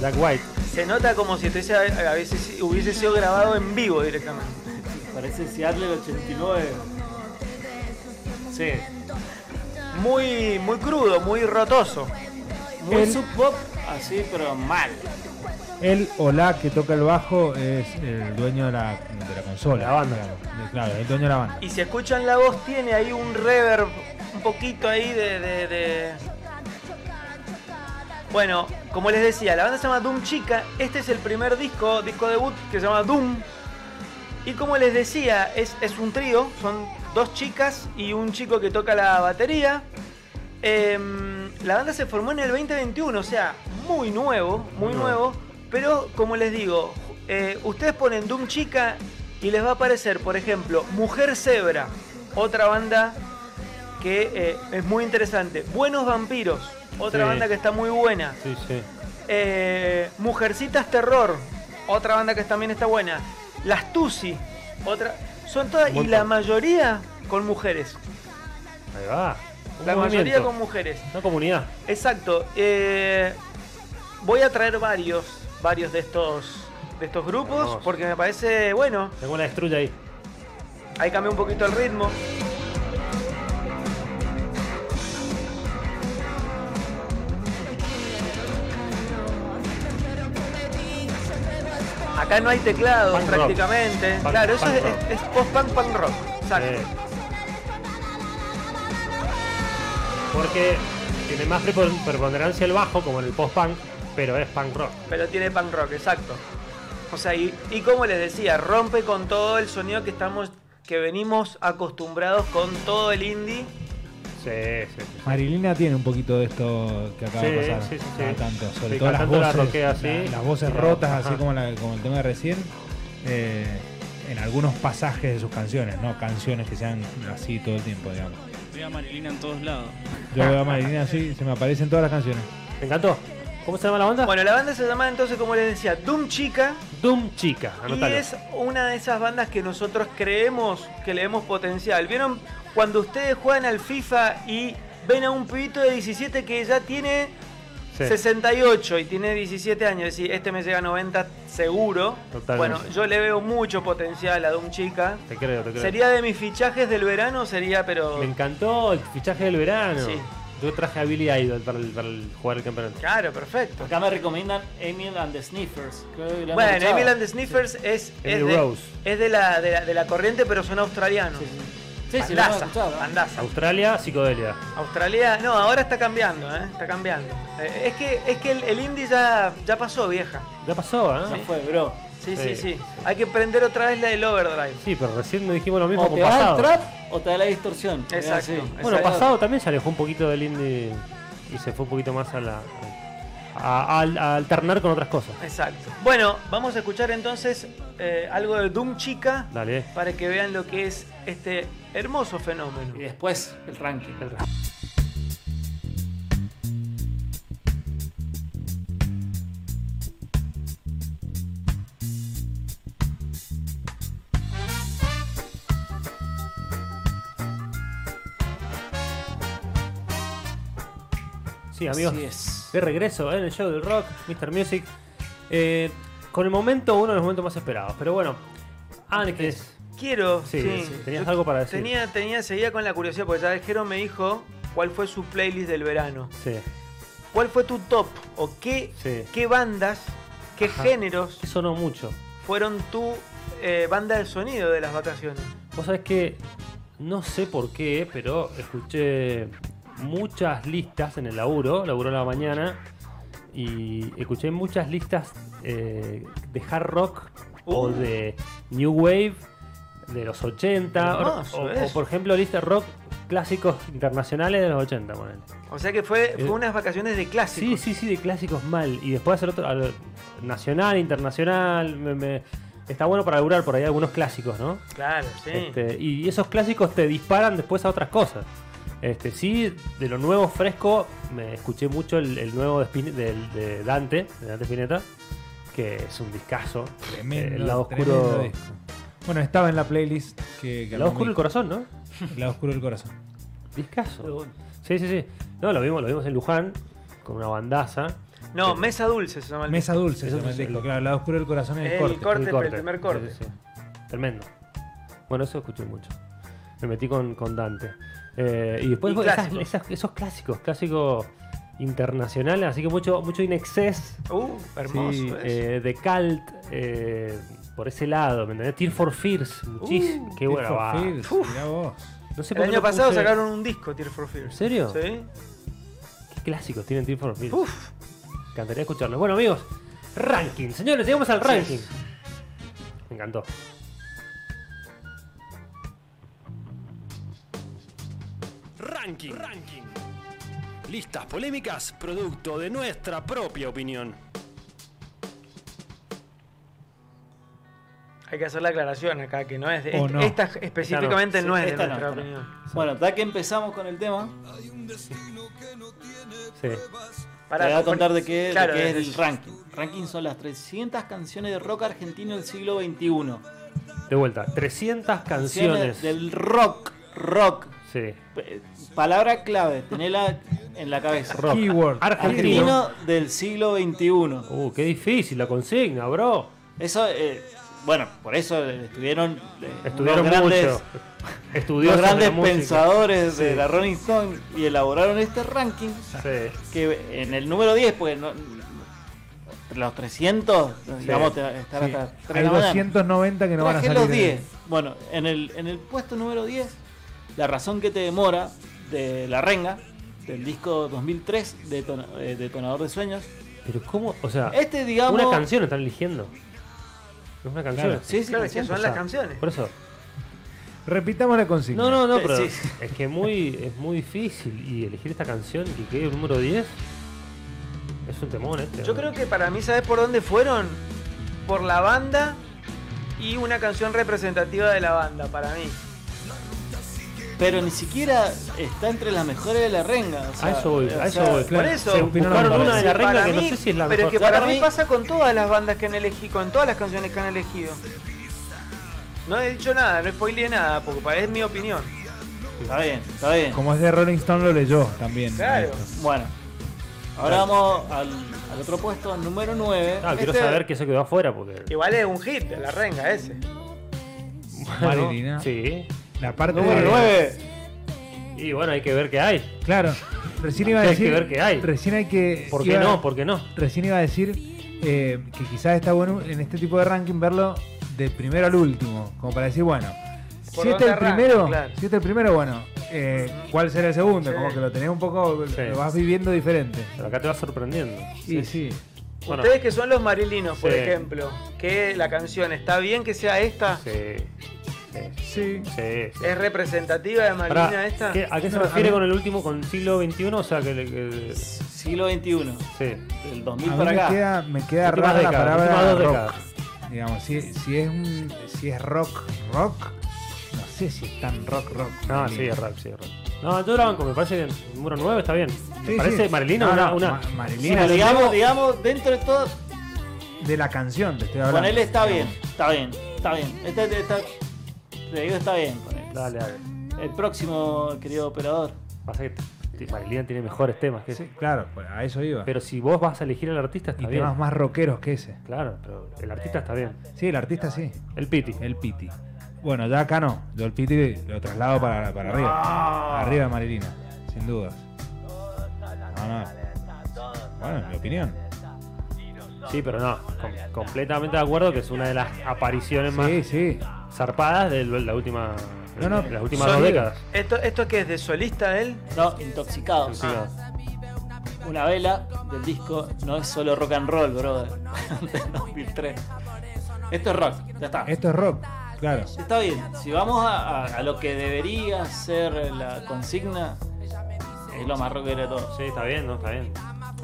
Jack White.
Se nota como si estuviese, a veces hubiese sido grabado en vivo directamente.
Parece Seattle el 89. Sí.
Muy, muy crudo, muy rotoso.
Muy
El-
sub pop, así, Ah, pero mal.
El o la que toca el bajo es el dueño de la, de la consola.
La banda.
Claro, Claro, el dueño de la banda.
Y si escuchan la voz, tiene ahí un reverb, un poquito ahí de, de- de- Bueno, como les decía, la banda se llama Doom Chica. Este es el primer disco, disco debut, que se llama Doom. Y como les decía, es, es un trío. Son dos chicas y un chico que toca la batería. Em, la banda se formó en el 2021, o sea, muy nuevo, muy
Muy nuevo.
nuevo. Pero como les digo, eh, ustedes ponen Doom Chica y les va a aparecer, por ejemplo, Mujer Zebra, otra banda que eh, es muy interesante. Buenos Vampiros, otra
Sí.
banda que está muy buena.
Sí, sí.
Eh, Mujercitas Terror, otra banda que también está buena. Las Tusi, otra. Son todas, y
Buen
la
pop.
mayoría con mujeres.
Ahí va. Un
La mayoría
movimiento.
con mujeres.
Una comunidad.
Exacto. eh, voy a traer varios, varios de estos, de estos grupos,
Hermoso.
porque me parece, bueno,
Tengo la destruye ahí.
ahí cambié un poquito el ritmo. Acá no hay teclados
Punk rock.
prácticamente.
Punk-
claro, eso
punk
es,
rock.
es- es post-punk, punk rock. Exacto.
Eh. Porque tiene más prepon- preponderancia el bajo, como en el post-punk, pero es punk rock.
Pero tiene punk rock, exacto. O sea, y, y como les decía, rompe con todo el sonido que estamos, que venimos acostumbrados con todo
[laughs]
el indie.
Sí, sí, sí.
Marilina tiene un poquito de esto que acaba de
Sí,
pasar.
sí, sí,
Cada
sí.
tanto, sobre
Sí,
todo
cada
las
tanto la
voces,
roquea así.
la- las voces
Y la-
rotas, así
ajá.
como, la- como el tema de recién, eh, en algunos pasajes de sus canciones, no canciones que sean así todo el tiempo, digamos.
Veo a Marilina en todos lados.
Yo veo a Marilina así, se me aparecen todas las canciones.
Me encantó. ¿Cómo se llama la banda?
Bueno, la banda se llama entonces, como les decía, Doom Chica.
Doom Chica. Anotalo.
Y es una de esas bandas que nosotros creemos que le vemos potencial. ¿Vieron cuando ustedes juegan al FIFA y ven a un pibito de 17 que ya tiene
Sí.
68 y tiene 17 años, es decir, este me llega a 90 seguro.
Totalmente.
Bueno, yo le veo mucho potencial a Doom Chica.
Te creo, te creo.
Sería de mis fichajes del verano, sería, pero.
Me encantó el fichaje del verano.
Sí.
Yo traje a Billy Idol para, el- para el- jugar el campeonato.
Claro, perfecto.
Acá me recomiendan Emil and the Sniffers. Creo que lo han
Bueno,
escuchado.
Emil and the Sniffers es, es,
Emily
de,
Rose.
es de, la, de, la, de la corriente, pero son australianos.
Sí, sí. Sí, sí, lo hemos
Bandaza,
escuchado. ¿no?
bandaza.
Australia, psicodelia.
Australia, no, ahora está cambiando, ¿eh? está cambiando. Eh, es que, es que el, el indie ya, ya pasó, vieja.
Ya pasó, ¿eh?
Ya fue, bro.
Sí,
Sí.
sí, sí. Hay que prender otra vez la del overdrive.
Sí, pero recién nos dijimos lo mismo
O
con
te da el
pasado.
trap o te da la distorsión. Es
Exacto.
así.
Bueno,
Exacto.
pasado también se alejó un poquito del indie y se fue un poquito más a la. a, a- a alternar con otras cosas.
Exacto. Bueno, vamos a escuchar entonces eh, algo de Doom Chica
Dale, eh.
para que vean lo que es este hermoso fenómeno.
Y después el ranking.
El resto. Sí, amigos,
Así es.
de regreso ¿eh? en el show del rock, Mr. Music. Eh, con el momento, uno de los momentos más esperados. Pero bueno, antes.
Quiero.
Sí, sí, tenías
Yo
algo para decir.
Tenía, tenía, seguía con la curiosidad porque ya el Jero me dijo cuál fue su playlist del verano.
Sí,
¿Cuál fue tu top? ¿O qué,
sí.
qué bandas, qué
Ajá.
géneros
Que sonó mucho.
fueron tu eh, banda de sonido de las vacaciones?
Vos sabés que no sé por qué, pero escuché muchas listas en el laburo, laburo a la mañana, y escuché muchas listas eh, de hard rock o
Uh.
de new wave de los 80, o-
Hermoso
o,
eso.
o, por ejemplo listas rock clásicos internacionales de los 80. ponele.
O sea que fue, fue
Eh,
unas vacaciones de
Sí,
clásicos.
sí, sí, de clásicos mal. Y después hacer otro, al- nacional, internacional, me- me- está bueno para laburar por ahí algunos clásicos, ¿no?
Claro, sí.
Este, y esos clásicos te disparan después a otras cosas. Este, sí, de lo nuevo fresco, me escuché mucho el, el nuevo de, Spin- del- de Dante, de Dante Spinetta, que es un discazo.
Tremendo,
Eh, el lado oscuro.
tremendo disco. Bueno, estaba en la playlist que, que
El lado
armó
oscuro del
Mico.
corazón, ¿no?
El lado oscuro
[laughs]
del corazón.
Discazo. Sí, sí, sí. No, lo vimos, lo vimos en Luján, con una bandaza.
No,
este,
Mesa Dulce se llama el
Mesa dulce,
Eso
se llama
es
el disco.
el-
Claro, el lado oscuro del corazón es el,
El
corte.
corte. pero el primer corte.
Sí, sí, sí. Tremendo. Bueno, eso escuché mucho. Me metí con, con Dante. Eh, y después
Y
esas-
clásicos.
esas- esos clásicos, clásicos internacionales, así que mucho, mucho in excess.
Uh, hermoso.
Sí,
eso.
eh, de Cult, eh, por ese lado, ¿me entendés? Tear for Fears, muchísimo.
Uh,
Qué
Tear
buena
for
va.
Fears, mirá vos.
No sé
el
por qué
año
no
pasado
puse-
sacaron un disco, Tear for Fear.
¿En serio?
Sí.
Qué clásicos tienen Tear for Fears.
Uf.
Encantaría escucharlos. Bueno, amigos, ranking. Señores, llegamos al ranking. Me encantó.
Ranking. Listas polémicas, producto de nuestra propia opinión.
Hay que hacer la aclaración acá, que no es de.
O
est-
no.
Esta específicamente
Sí,
no es de
esta no,
nuestra
esta no.
opinión.
Bueno, ya que empezamos con el tema,
Sí.
Pará,
te voy a
por-
contar de qué, de
claro,
qué es
de-
el ranking. Ranking son las 300 canciones de rock argentino del siglo XXI.
De vuelta, 300 canciones.
del rock, rock.
Sí.
Eh, Palabra clave, tenela en la cabeza.
Rock.
Keyword.
Argentino.
Argentino del siglo XXI.
Uh, qué difícil la consigna, bro.
Eso, eh, bueno, por eso eh, estuvieron, eh,
Estudiaron
unos grandes,
mucho.
unos
Estudiosos
grandes
de la música.
pensadores de la Rolling Stone y elaboraron este ranking
Sí.
que en el número 10, pues no- los 300, digamos, te va a estar
Sí,
hasta 3 de
Hay
la mañana.
290 que no van a
Traje
salir.
los
de-
10. Bueno, en el, en el puesto número 10, la razón que te demora de La Renga, del disco 2003, de Tona- eh, Detonador de Sueños.
Pero cómo, o sea,
Este, digamos.
Ah, una canción están eligiendo. No es una canción.
Claro.
Sí, sí,
Claro, es que
canción.
son
O
las
sea,
canciones.
Por eso.
Repitamos la consigna.
No, no, no,
Sí,
pero
sí.
es que muy, es muy difícil. Y elegir esta canción que quede el número 10 es un temón este.
Yo
¿no?
creo que para mí, ¿sabes por dónde fueron? Por la banda y una canción representativa de la banda, para mí.
Pero ni siquiera está entre las mejores de La Renga. o sea,
A eso voy,
o
a eso
sea,
voy.
por eso-
Se
Opinaron
buscaron
los
una de la
Sí,
renga
para
que no
mí-
sé si es la
Pero
mejor.
es que para
Para
mí
mí-
pasa con todas las bandas que han elegido, con todas las canciones que han elegido. No he dicho nada, no spoileé nada, porque para- es mi opinión.
Está bien, está bien.
Como es de Rolling Stone, lo leyó también.
Claro.
Ahí está.
Bueno, ahora vamos al, al otro puesto, al número 9.
Ah, quiero saber que se quedó afuera porque.
Igual es un hit, de la renga ese.
Marilina.
Sí.
Ah, La parte
Número
de-
9. eh,
Y bueno, hay que ver qué hay.
Claro. Recién iba a
Tienes que
decir.
ver qué hay.
Recién hay que.
¿Por qué
iba-
no? ¿Por qué no?
Recién iba a decir eh, que quizás está bueno en este tipo de ranking verlo de primero al último. Como para decir, bueno, si
¿Por
este
dónde
es el
arranca?
primero,
Claro.
si este es el primero, bueno, eh, ¿cuál será el segundo?
Sí.
Como que lo tenés un poco,
Sí.
lo vas viviendo diferente.
Pero acá te vas sorprendiendo.
Y sí.
Bueno,
Ustedes que son los marilinos, por
Sí.
ejemplo, que la canción está bien que sea esta,
sí. Sí.
Sí.
sí, sí.
es representativa de Marilina
Pará,
esta.
¿qué- ¿A qué se
No, a
refiere
mí-
con el último, con siglo XXI? O sea, que. le- que- sí.
Siglo XXI, del 2000
A mí
para
me
acá.
queda, me queda
Últimas
rara la
décadas, últimas
palabra
dos
rock.
décadas.
Digamos, si, si es un, si es rock, rock, no sé si es tan rock, rock.
No, Ah, sí, es rap, sí, es rap. No, yo la banco, me parece bien. El número 9 está bien. Me parece Marilina
No,
una.
no,
una-
Ma- Marilina,
Pero digamos, digamos, dentro de todo,
de la canción te estoy hablando.
con él está bien, está bien, está bien. Está, está- está- te digo, está bien. con él.
Dale, dale.
El próximo, querido operador.
Pasa que t- Marilina tiene mejores temas que
Sí,
ese.
claro, pues, a eso iba.
Pero si vos vas a elegir al artista,
y
está bien.
temas más rockeros que ese.
Claro, pero el artista está bien.
Sí, el artista sí.
El Piti.
El Piti. Bueno, ya acá no. Yo el Piti lo traslado para, para
Ah.
arriba. Arriba de Marilina, sin dudas. No, no. Bueno, en mi opinión.
Sí, pero no. com- completamente de acuerdo que es una de las apariciones más
Sí, sí.
zarpadas de la última.
No, no,
de las últimas
son-
dos décadas.
¿Esto, ¿Esto qué es? ¿De solista él?
No, intoxicados.
Sí, claro.
Una vela del disco no es solo rock and roll, brother. [laughs] Del 2003. Esto es rock, ya está.
Esto es rock, claro.
Está bien, si vamos a, a- a lo que debería ser la consigna, es lo más rockero de todo.
Sí, está bien, ¿no? Está bien.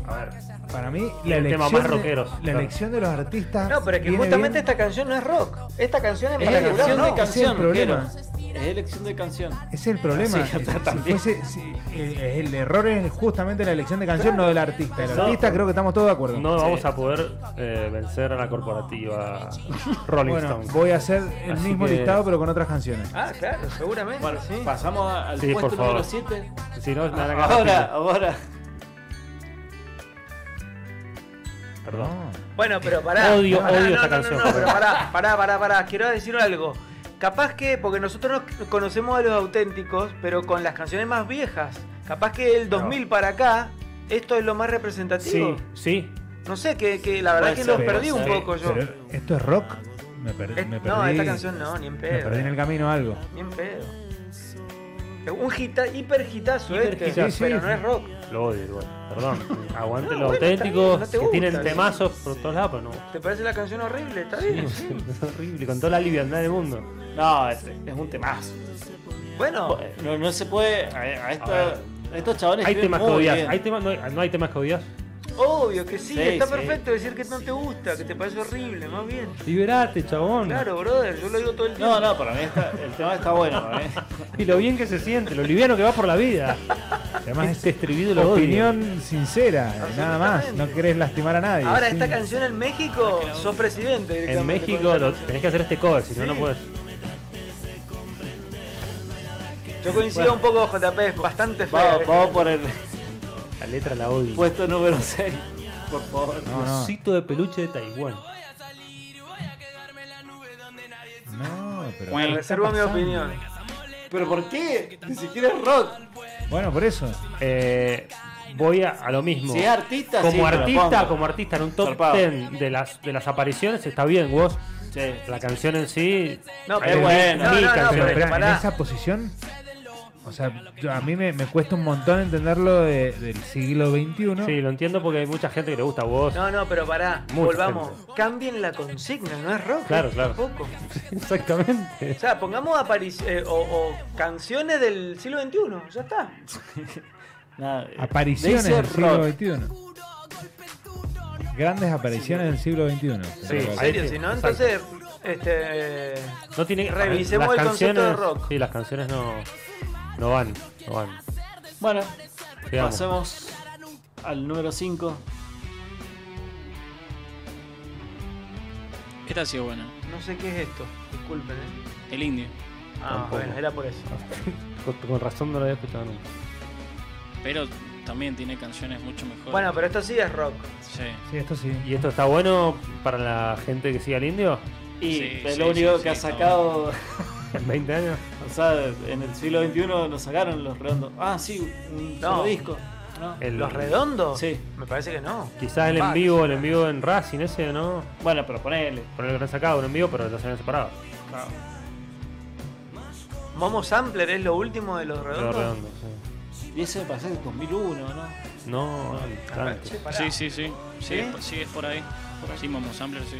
A ver.
Para mí,
Y
la
el tema
elección,
más rockeros,
de, la
claro.
elección de los artistas.
No, pero es que
Ah, viene
justamente
bien.
esta canción no es rock. Esta canción es
Es
para
elección
curar,
elección
¿no?
de
ese es el
canción, rockero.
problema.
Es elección de canción.
Ese es el problema.
Sí, está
Si
también.
fuese- si- eh, el error es justamente la elección de canción, no del artista. El
No.
artista creo que estamos todos de acuerdo.
No vamos a poder eh, vencer a la corporativa Rolling
bueno,
Stone.
voy a hacer el
Así
mismo
que-
listado, pero con otras canciones.
Ah, claro, seguramente.
Bueno,
sí.
pasamos a- al
Sí, por
puesto
favor.
número 7.
Si no, me
[laughs]
van a cagar
Ahora,
a
ahora.
piña. Perdón.
Bueno, pero pará.
Odio-
Pará,
odio
no,
esta
no, no,
canción.
No, pero pará, pará, pará, pará. Quiero decir algo. Capaz que, porque nosotros nos conocemos a los auténticos, pero con las canciones más viejas. Capaz que el 2000 para acá, esto es lo más representativo.
Sí, sí.
No sé, que, que la verdad
Puede
que
ser,
lo
puede
perdí un
ser.
poco yo.
Pero, ¿Esto es rock? Me, per-
Es-
me perdí.
no, esta canción no, ni en
Me
pedo.
perdí en el camino algo.
Ni en pedo. Es Un hita, hiper hitazo este,
Hiper hitazo.
pero
Sí, sí.
no es rock.
Lo odio igual. Perdón. Aguante
No,
los
bueno, está
auténticos
bien, no te
que
gusta,
tienen
sí.
temazos por todos lados, pero no.
¿Te parece la canción horrible? Está bien.
Es horrible, con toda la liviandad del mundo.
No, es, es un temazo.
Bueno,
No, no se puede. A, a esta-
A ver.
a estos chavales
Hay
escriben
temas que
muy
odias.
bien.
Hay temas, no, hay, no hay temas que odias.
obvio que sí,
Sí,
está
sí.
perfecto decir que no te gusta, que te parece horrible, más bien.
Liberate, chabón.
Claro, brother, yo lo digo todo el
No,
tiempo.
no, para mí está- el tema está bueno.
[laughs]
para mí.
Y lo bien que se siente, lo liviano que va por la vida.
Además,
este
es
estribillo lo odio.
opinión sincera, nada más. No querés lastimar a nadie.
Ahora,
sí.
esta canción en México, sos presidente.
En
directamente
México
con esta
lo- tenés que hacer este cover, si no, no puedes.
canción. Yo coincido un poco, JP, es bastante feo.
Vamos, vamos por el
La letra la odio.
puesto número 6. Por favor.
No, no.
Osito de peluche de Taiwán.
No, pero.
Me
¿qué
reservo
está
mi
pasando?
opinión.
¿Pero por qué? Ni siquiera es rock.
Bueno, por eso.
Eh, voy a, a lo mismo.
Si es artista, sí,
como
te lo
artista,
pongo.
como artista en un top
Zarpado.
10 de las, de las apariciones, está bien, vos.
Sí.
La canción en sí.
No,
ahí
pero-
mi-
no,
mi
no, no,
canción.
Pero
pero
espera, en
pará.
esa posición, o sea, yo- a mí me, me cuesta un montón entenderlo de- del siglo XXI.
Sí, lo entiendo porque hay mucha gente que le gusta vos.
No, no, pero pará,
Mucho
volvamos. Cambien la consigna, no es rock.
Claro,
eh,
claro.
Tampoco.
[laughs] Exactamente.
O sea, pongamos aparici- eh, o, o canciones del siglo XXI, ya está.
Nada, eh,
Apariciones
dice
del siglo
rock.
XXI. Grandes apariciones del siglo XXI.
Sí,
En
ahí
serio,
sí,
si no,
exacto.
entonces, este,
No tiene
Revisemos
las
el concepto de
canciones-
rock.
Sí, las canciones no, no van. No van.
Bueno,
Sigamos.
pasemos al número 5.
Esta ha sido buena.
no sé qué es esto, disculpen, ¿eh?
El indio.
Ah,
Tampoco.
bueno, era por eso.
Con, con razón no lo había escuchado nunca.
Pero también tiene canciones mucho mejores.
Bueno, pero esto sí es rock.
Sí.
Sí, esto sí.
¿Y esto está bueno para la gente que sigue al indio?
Y
Sí,
es
sí,
lo único
sí,
que ha
sí,
sacado.
¿En 20 años?
O sea, en el siglo XXI nos sacaron los redondos. Ah, sí, un
No.
solo disco. ¿no?
El-
¿Los redondos?
Sí.
Me parece que no.
Quizás el en
Pax.
vivo, el en vivo en Racing ese, ¿no?
Bueno, pero ponele.
Por el gran sacado, un en vivo, pero los habían separado.
Momo Sampler es lo último de los
Los
redondos.
redondos, sí.
Y ese me parece que es 2001, ¿no?
No,
Ah, Che,
tanto.
pará.
Sí, sí, sí. Sí,
¿Sí?
es- sí, es por ahí. Sí, Momo Sampler, sí.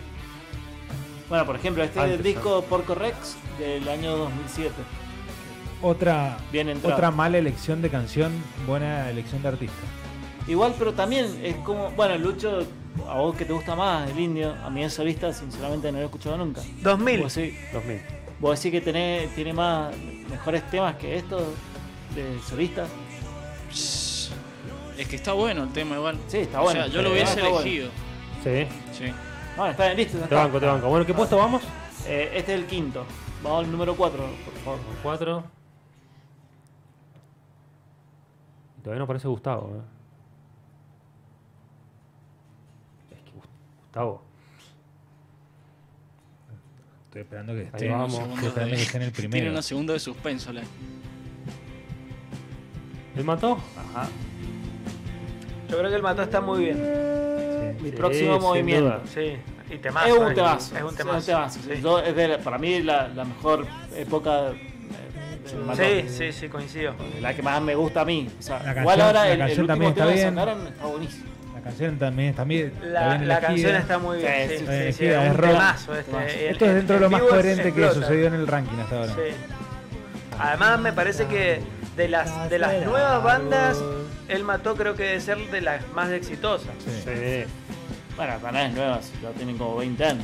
Bueno, por ejemplo, este
Antes,
es el disco Porco Rex del año 2007.
Otra,
Bien entrado.
otra mala elección de canción, buena elección de artista.
Igual, pero también es como. Bueno, Lucho, a vos que te gusta más el indio, a mí en solista, sinceramente, no lo he escuchado nunca.
2000.
Vos decís,
2000.
vos decís que tenés, tiene más mejores temas que estos de solista.
Es que está bueno el tema igual.
Sí, está
O
bueno.
sea, yo lo hubiese
Está bueno.
elegido.
Sí.
Sí.
Bueno, está bien, listo. ya
Te
está.
banco, te banco. Bueno, ¿qué puesto vamos?
Eh, este es el quinto. Vamos al número 4, por favor.
4. Todavía no aparece Gustavo. eh. Es que Gus- Gustavo.
Estoy esperando que esté,
Ahí vamos.
estoy
Segundos
esperando que
de-
esté en el
Tiene
primero.
unos segundos de suspenso. la-
¿Me mató?
Ajá.
Yo creo que el mató está muy bien.
Sí.
Mi
Sí,
próximo
sin
movimiento.
duda.
Sí. Y temazo.
es un
eh.
temazo.
Es un temazo. Sí.
Yo- es de la- para mí la, la mejor época eh, del Mató.
Sí, sí, sí, coincido.
La que más me gusta a mí. O sea,
La
igual
canción-
ahora
la
el, el
canción
último
también está
tema que
bien.
sacaron está buenísimo.
La canción también está bien.
La, la canción está muy bien.
Sí, sí,
Sí, sí,
sí,
sí,
es
es un
rock.
temazo este.
Temazo.
El-
Esto es
el-
dentro de
el
lo más
vivo
coherente que
explota.
sucedió en el ranking hasta ahora.
Sí. Además me parece que de las de las nuevas bandas, El Mató creo que debe ser de las más exitosas.
Sí.
Sí.
Bueno, canales nuevas, ya tienen como 20 años.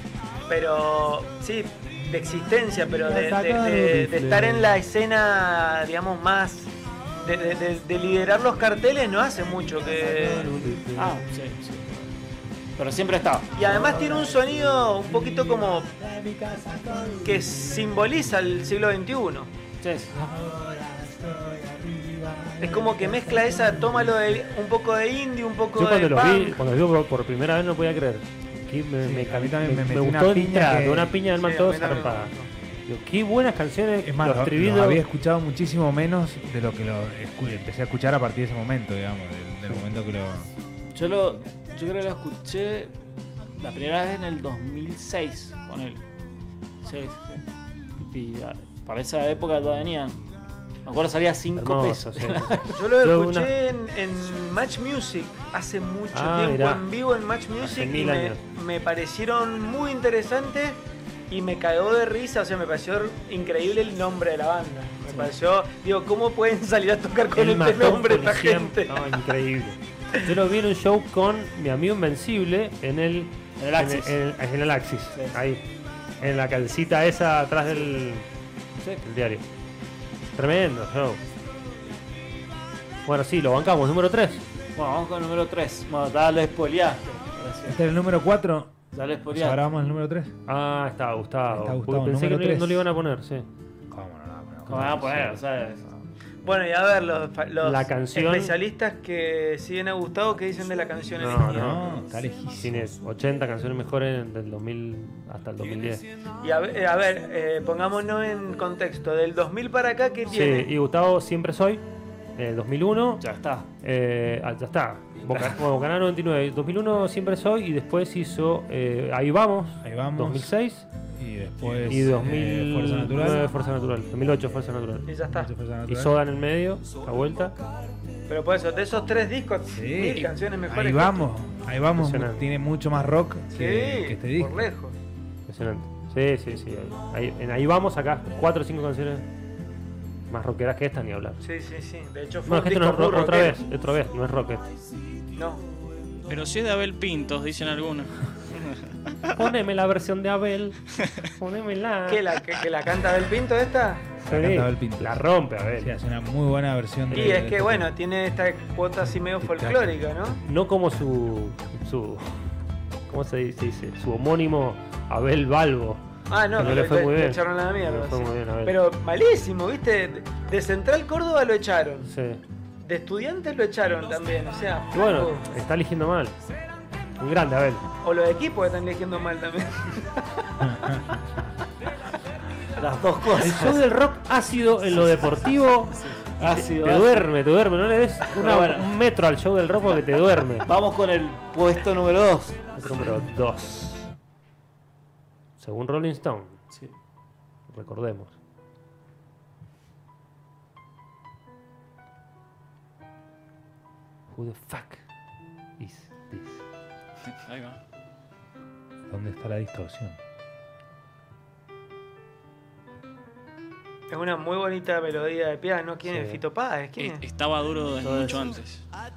Pero sí, de existencia, pero de, de- de- de estar en la escena, digamos, más... De, de- de- de liderar los carteles no hace mucho que...
Ah, sí, sí. Pero siempre estaba.
Y además tiene un sonido un poquito como... que simboliza el siglo XXI.
Sí, sí.
Es como que mezcla esa, tómalo de un poco de indie, un poco
Yo cuando
de
los vi,
punk.
cuando los vi por, por primera vez no podía creer. Aquí me,
Sí,
me,
a mí también
me
me metí una
gustó
piña
entrar,
que-
una piña del
Sí,
man
a
todo
mí también me
zarpada.
gustó.
Digo, Qué buenas canciones,
Es más,
los
lo-
estribillos.
lo había escuchado muchísimo menos de lo que lo escu- empecé a escuchar a partir de ese momento, digamos, del, del momento que lo.
Yo, lo, yo creo que lo escuché la primera vez en el 2006 con él. Sí, sí. Y ah, para esa época todavía venían. Me acuerdo salía 5
hermoso, [laughs]
pesos.
sí.
[laughs]
Yo lo
Yo
escuché
una-
en, en Match Music hace mucho
Ah,
tiempo,
mirá.
en vivo en Match Music, y
mil
me,
años.
me parecieron muy interesantes y me cagó de risa, o sea, me pareció increíble el nombre de la banda. Me pareció, digo, ¿cómo pueden [laughs] salir a tocar con
El
este
matón
nombre esta
policía-
gente?
No, increíble. Yo lo vi en un show con mi amigo Invencible en el.
En el Axis.
En el, en el Axis.
Sí.
Ahí. En la calcita esa atrás del
Sí.
del diario. Tremendo show. Bueno, sí, lo bancamos. Número 3.
Bueno, vamos con el número 3. Bueno, ya lo espoleaste. Gracias.
Este es el número 4.
Ya lo
Ahora
espoleaste.
vamos al número 3.
Ah, está Gustavo.
Está
Uy,
Gustavo,
Pensé que
número
no, le-
tres.
no le iban a poner, sí.
¿Cómo no la
No me van a poner, o sea, es-
Bueno, y a ver, los, fa- los
La canción-
especialistas que siguen a Gustavo, ¿qué dicen de la canción este
No,
elegida?
No, está lejísimo.
Tiene 80 canciones mejores del 2000 hasta el 2010.
Y a ver, a ver, eh, pongámonos en contexto, del 2000 para acá, ¿qué
Sí,
tiene?
y Gustavo siempre soy. eh, Del 2001.
ya está.
Eh, ah, ya está.
[laughs]
Boca, bueno, Bocanada 99. 2001 siempre soy. Y después hizo eh, Ahí vamos.
Ahí vamos.
2006.
Y después.
y
eh,
2009
Fuerza Natural.
Fuerza Natural. 2008 Fuerza
Y
Natural.
ya está.
Fuerza Natural.
Y Soda en el medio. A vuelta.
Pero por eso, de esos tres discos, mil canciones mejores.
Ahí
que
vamos. Ahí vamos.
Impresionante.
Tiene mucho más rock que,
este.
que este
Sí,
disco.
por lejos.
Impresionante. Sí, sí, sí. Ahí, en ahí vamos acá. 4 o 5 canciones más rockeras que esta ni hablar.
Sí, sí, sí. De hecho, fue
Bueno,
un
que esto
disco
no es
muy
rock, otra
rockero.
vez, otra vez, no es rock.
[laughs]
esto.
No.
Pero si es de Abel Pintos, dicen algunos.
Poneme la versión de
[laughs]
Abel. Poneme la.
¿Qué, la, que, que la canta Del Pinto esta?
Cantaba el Pinto.
La rompe Abel.
Sí, hace una muy buena versión de.
Y es
de
que,
este
bueno, tiene esta cuota así medio folclórica, ¿no?
No como su. su ¿Cómo se dice? dice? Su homónimo Abel Balbo.
Ah, no,
Que no
que
le
lo-
fue
lo-
muy
lo
bien.
echaron a la mierda.
No le fue
sí.
muy bien, a ver.
Pero malísimo, ¿viste? De- De Central Córdoba lo echaron.
Sí.
De estudiantes lo echaron también, o sea.
Y bueno,
flaco.
está eligiendo mal. Un grande Abel.
O los equipos que están eligiendo mal también. [laughs]
Las dos cosas.
El show del rock ha sido en lo deportivo
Ácido,
Te
ácido.
duerme, te duerme. No le des una-
Pero bueno.
un metro al show del rock porque te duerme.
Vamos con el puesto número 2.
Metro número 2. Según Rolling Stone, recordemos. Who the fuck is this?
Ahí va.
¿Dónde está la distorsión?
Es una muy bonita melodía de piano. ¿Quién es?
Sí.
Fito Páez. ¿Quién
Eh,
es?
Estaba duro desde
Todo
mucho
eso.
antes.
Ah,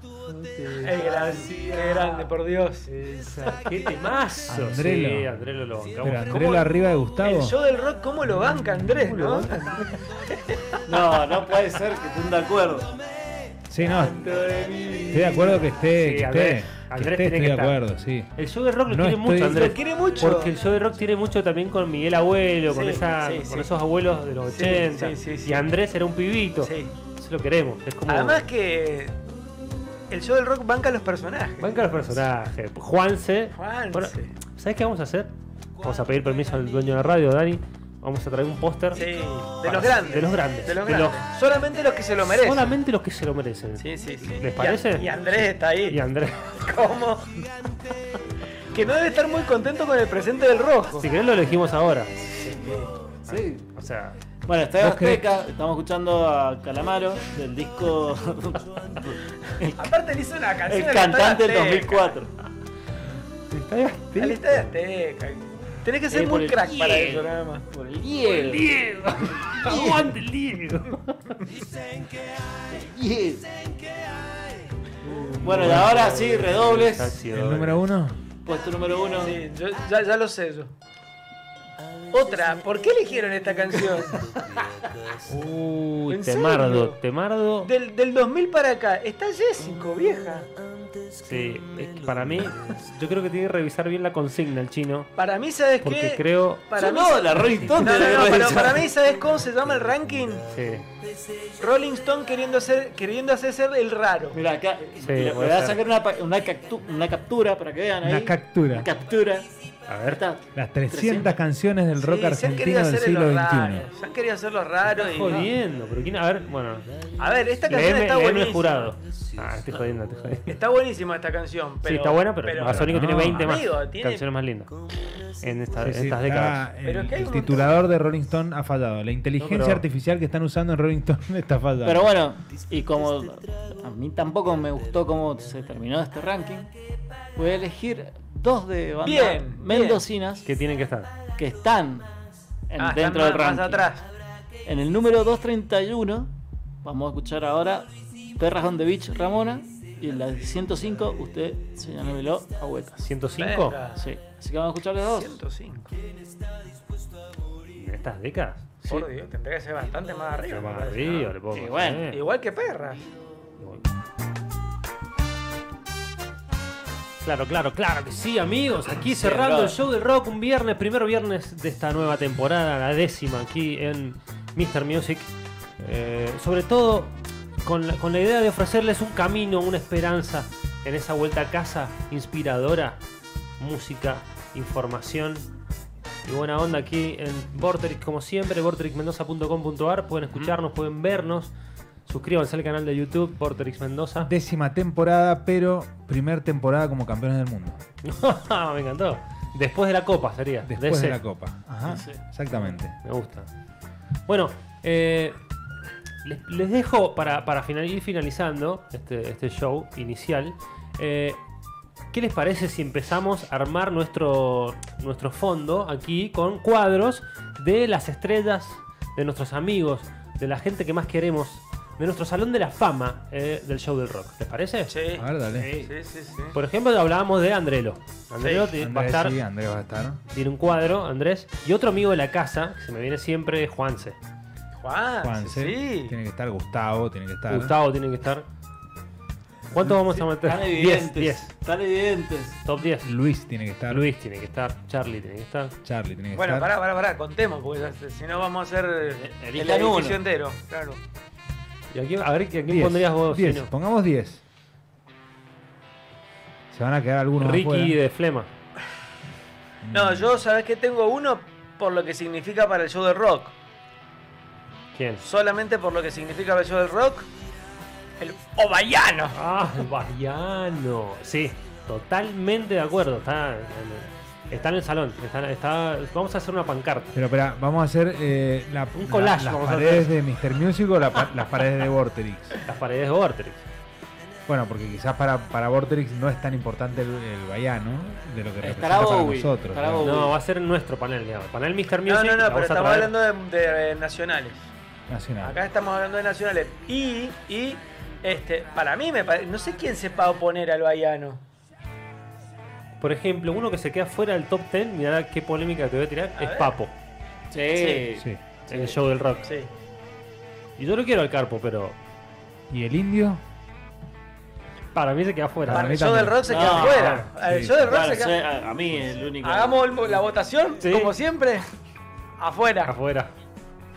Qué grande, qué grande, por Dios.
¡Qué temazo!
Andrelo.
Sí, Andrelo lo bancamos.
Pero Andrés arriba de Gustavo.
El show del rock, ¿cómo lo banca Andrés, no?
No, no puede ser que estén de acuerdo.
Sí, no. Estoy de acuerdo que esté.
Sí,
que
Andrés-
esté, que
Andrés
esté,
tiene que
estoy de
estar.
acuerdo, sí.
El show de rock lo
No
tiene
estoy-
mucho, Andrés.
Lo quiere mucho.
Porque el show de rock tiene mucho también con Miguel Abuelo, con,
Sí,
esa,
sí,
con
sí.
esos abuelos de los
Sí,
80.
sí, sí, sí.
Y Andrés era un pibito.
Sí.
Eso lo queremos. Es como.
Además que el show del rock banca los personajes.
Banca los personajes. Juanse.
Juanse.
¿Sabes qué vamos a hacer? Vamos a pedir permiso al dueño de la radio, Dani. Vamos a traer un póster.
Sí, de
Para-
los grandes.
de los grandes.
De los
De
grandes. Solamente los que se lo merecen.
Solamente los que se lo merecen.
Sí, sí, sí.
¿Les
Y-
parece?
Y, Andrés está ahí.
Y Andrés.
[laughs] ¿Cómo? que no debe estar muy contento con el presente del rojo.
Si querés lo elegimos ahora.
Sí.
O sea.
Bueno, está
¿Vos crees?
Azteca, estamos escuchando a Calamaro del
[laughs]
disco
Aparte le hizo una canción
El
al Estadio
cantante del
Azteca.
2004.
Al Estadio Azteca. Tenés que ser
Eh,
Sí, por
muy
el
crack para
hielo.
eso, nada más.
Por el hielo.
¡Aguante el Diego!
Bueno, y ahora sí, redobles.
Sácido,
El número uno.
Puesto número uno.
Sí, yo- ya, ya lo sé yo. Otra, ¿por qué eligieron esta canción?
Uy,
¿En
Temardo,
serio?
Temardo.
Del, del 2000 para acá, está Jessico, vieja.
Sí, es que para mí, yo creo que tiene que revisar bien la consigna el chino.
Para mí, ¿sabes
Porque
qué?
creo.
Para mí,
no, la Rolling
no,
Stone.
no,
debe
no,
haber
pero
hecho. [laughs]
para mí, ¿sabes cómo se llama el ranking?
Sí,
Rolling Stone queriendo hacer, queriendo hacer ser el raro.
Mira, acá le voy
puede
a
ser.
sacar una, pa- una, cactu- una captura para que vean ahí.
Una captura.
Una captura.
a ver.
Está.
Las 300 canciones del rock
Sí, se han
argentino
querido
del
hacer el
siglo
los
XXI.
raros. Se han querido hacer los raros. y-
Jodiendo, pero quién. A ver, bueno.
A ver, esta canción
Leeme,
está
leeme el
buenísima.
jurado. Ah, estoy jodiendo, estoy jodiendo.
Está buenísima esta canción. Pero,
sí, está buena, pero, Babasónico
no.
tiene 20 más.
Amigo, tiene-
Canciones más lindas. En, esta-
Sí,
en
sí,
estas
está-
décadas.
el,
Pero es que hay
el
un montón.
titulador de Rolling Stone ha fallado. La inteligencia
No, pero-
artificial que están usando en Rolling Stone [laughs] está fallando.
Pero bueno, y como a mí tampoco me gustó cómo se terminó este ranking, voy a elegir dos de bandas
Bien,
Eh, mendocinas
Que tienen que estar.
que están en-
Ah,
dentro
están
del
más-
ranking.
Más atrás.
En el número 231 vamos a escuchar ahora Terras on the Beach Ramona y en la 105 usted señálemelo a huecas.
105
Venga.
Sí, así que vamos a escuchar los dos.
105.
en estas décadas.
Por Dios, tendría que ser bastante más arriba.
Pero
me
más
parece,
arriba,
¿no?
le pongo.
Y bueno,
eh.
Igual que perra.
Claro, claro, claro que sí, amigos. Aquí
Sí,
cerrando
brother.
el show del rock, un viernes, primer viernes de esta nueva temporada, la décima aquí en Mr. Music. Eh, sobre todo con la, con la idea de ofrecerles un camino, una esperanza en esa vuelta a casa inspiradora, música, información y buena onda aquí en Vorterix, como siempre, vorterixmendoza.com.ar. Pueden escucharnos, pueden vernos. Suscríbanse al canal de YouTube, Vorterix Mendoza.
Décima temporada, pero primer temporada como campeones del mundo.
[laughs] Me encantó. Después de la copa sería.
Después
DC.
de la Copa. Ajá,
Sí, sí.
exactamente.
Me gusta. Bueno, eh, les, les dejo para, para final- ir finalizando este, este show inicial. eh, ¿Qué les parece si empezamos a armar nuestro, nuestro fondo aquí con cuadros de las estrellas, de nuestros amigos, de la gente que más queremos, de nuestro salón de la fama eh, del show del rock? ¿Les parece?
Sí.
A ver, dale.
Sí, sí, sí. sí.
Por ejemplo, hablábamos de Andrelo. Andrelo
Sí,
te- va a
Andrés,
estar
sí, Andrés va a estar.
tiene un cuadro, Andrés, y otro amigo de la casa, que se me viene siempre, Juanse.
Juan,
Juanse.
sí.
Tiene que estar Gustavo, tiene que estar.
Gustavo tiene que estar. ¿Cuántos vamos a
están
meter? 10,
evidentes.
10.
Están evidentes.
Top 10.
Luis tiene que estar.
Luis tiene que estar, Charlie tiene que estar.
Charlie tiene que
Bueno,
estar.
pará, pará, pará, contemos, porque ya- si no vamos a hacer eh, el,
elijan
edificio
uno.
entero. Claro.
¿Y a quién, a ver, ¿a quién
10,
pondrías vos?
10,
Sino?
Pongamos 10. Se van a quedar algunos
Ricky
afuera.
de Flema. Mm.
No, yo sabes que tengo uno por lo que significa para el show de rock.
¿Quién?
solamente por lo que significa para yo el rock, el Obayano.
Ah,
[laughs]
el Bahiano. Sí, totalmente de acuerdo. Está, está en el salón. Está, está- vamos a hacer una pancarta.
Pero espera, vamos a hacer eh, la,
Un collage
la- las
vamos a
paredes de Mr. Music o la pa- las paredes de Vorterix.
Las paredes de Vorterix.
Bueno, porque quizás para, para Vorterix no es tan importante el, el baiano de lo que representa
Estará
para
Bowie,
nosotros.
estará
¿no?
Bowie.
No, va a ser nuestro panel, digamos. Panel Mr. Music.
No,
la
no, no,
vamos
pero
a
estamos
traer.
hablando de, de eh, nacionales.
Nacional.
Acá estamos hablando de nacionales. Y, y este, para mí, me pare- no sé quién se va a oponer al Bayano.
Por ejemplo, uno que se queda fuera del top 10, mirá qué polémica te voy a tirar,
A
es
ver.
Papo, eh,
Sí.
Sí.
en el show del rock.
Sí.
Y yo lo quiero al Carpo, pero
¿Y el indio?
para mí se queda fuera.
Para
mí
el show del
también.
rock se
No,
queda fuera.
no,
El
sí.
show del rock
Bueno,
se queda
soy- a, a mí el único.
Hagamos el- la votación,
Sí.
como siempre. Afuera.
Afuera.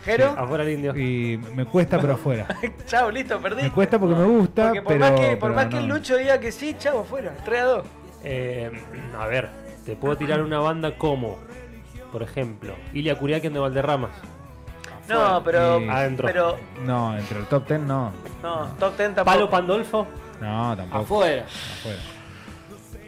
Jero.
Afuera el indio.
Y me cuesta, pero
[laughs]
afuera.
Chao, listo, perdí.
Me cuesta porque me gusta,
Porque por
pero.
más que, por
pero
más que
no.
el Lucho diga que sí, chao, afuera. 3 a 2.
Eh, a ver, te puedo tirar una banda como, por ejemplo, Ilia Curiaquen de Valderramas.
No, pero.
Sí.
Adentro.
Pero.
No, entre el top 10 no.
No, top 10 tampoco.
Palo Pandolfo,
No, tampoco.
Afuera.
afuera.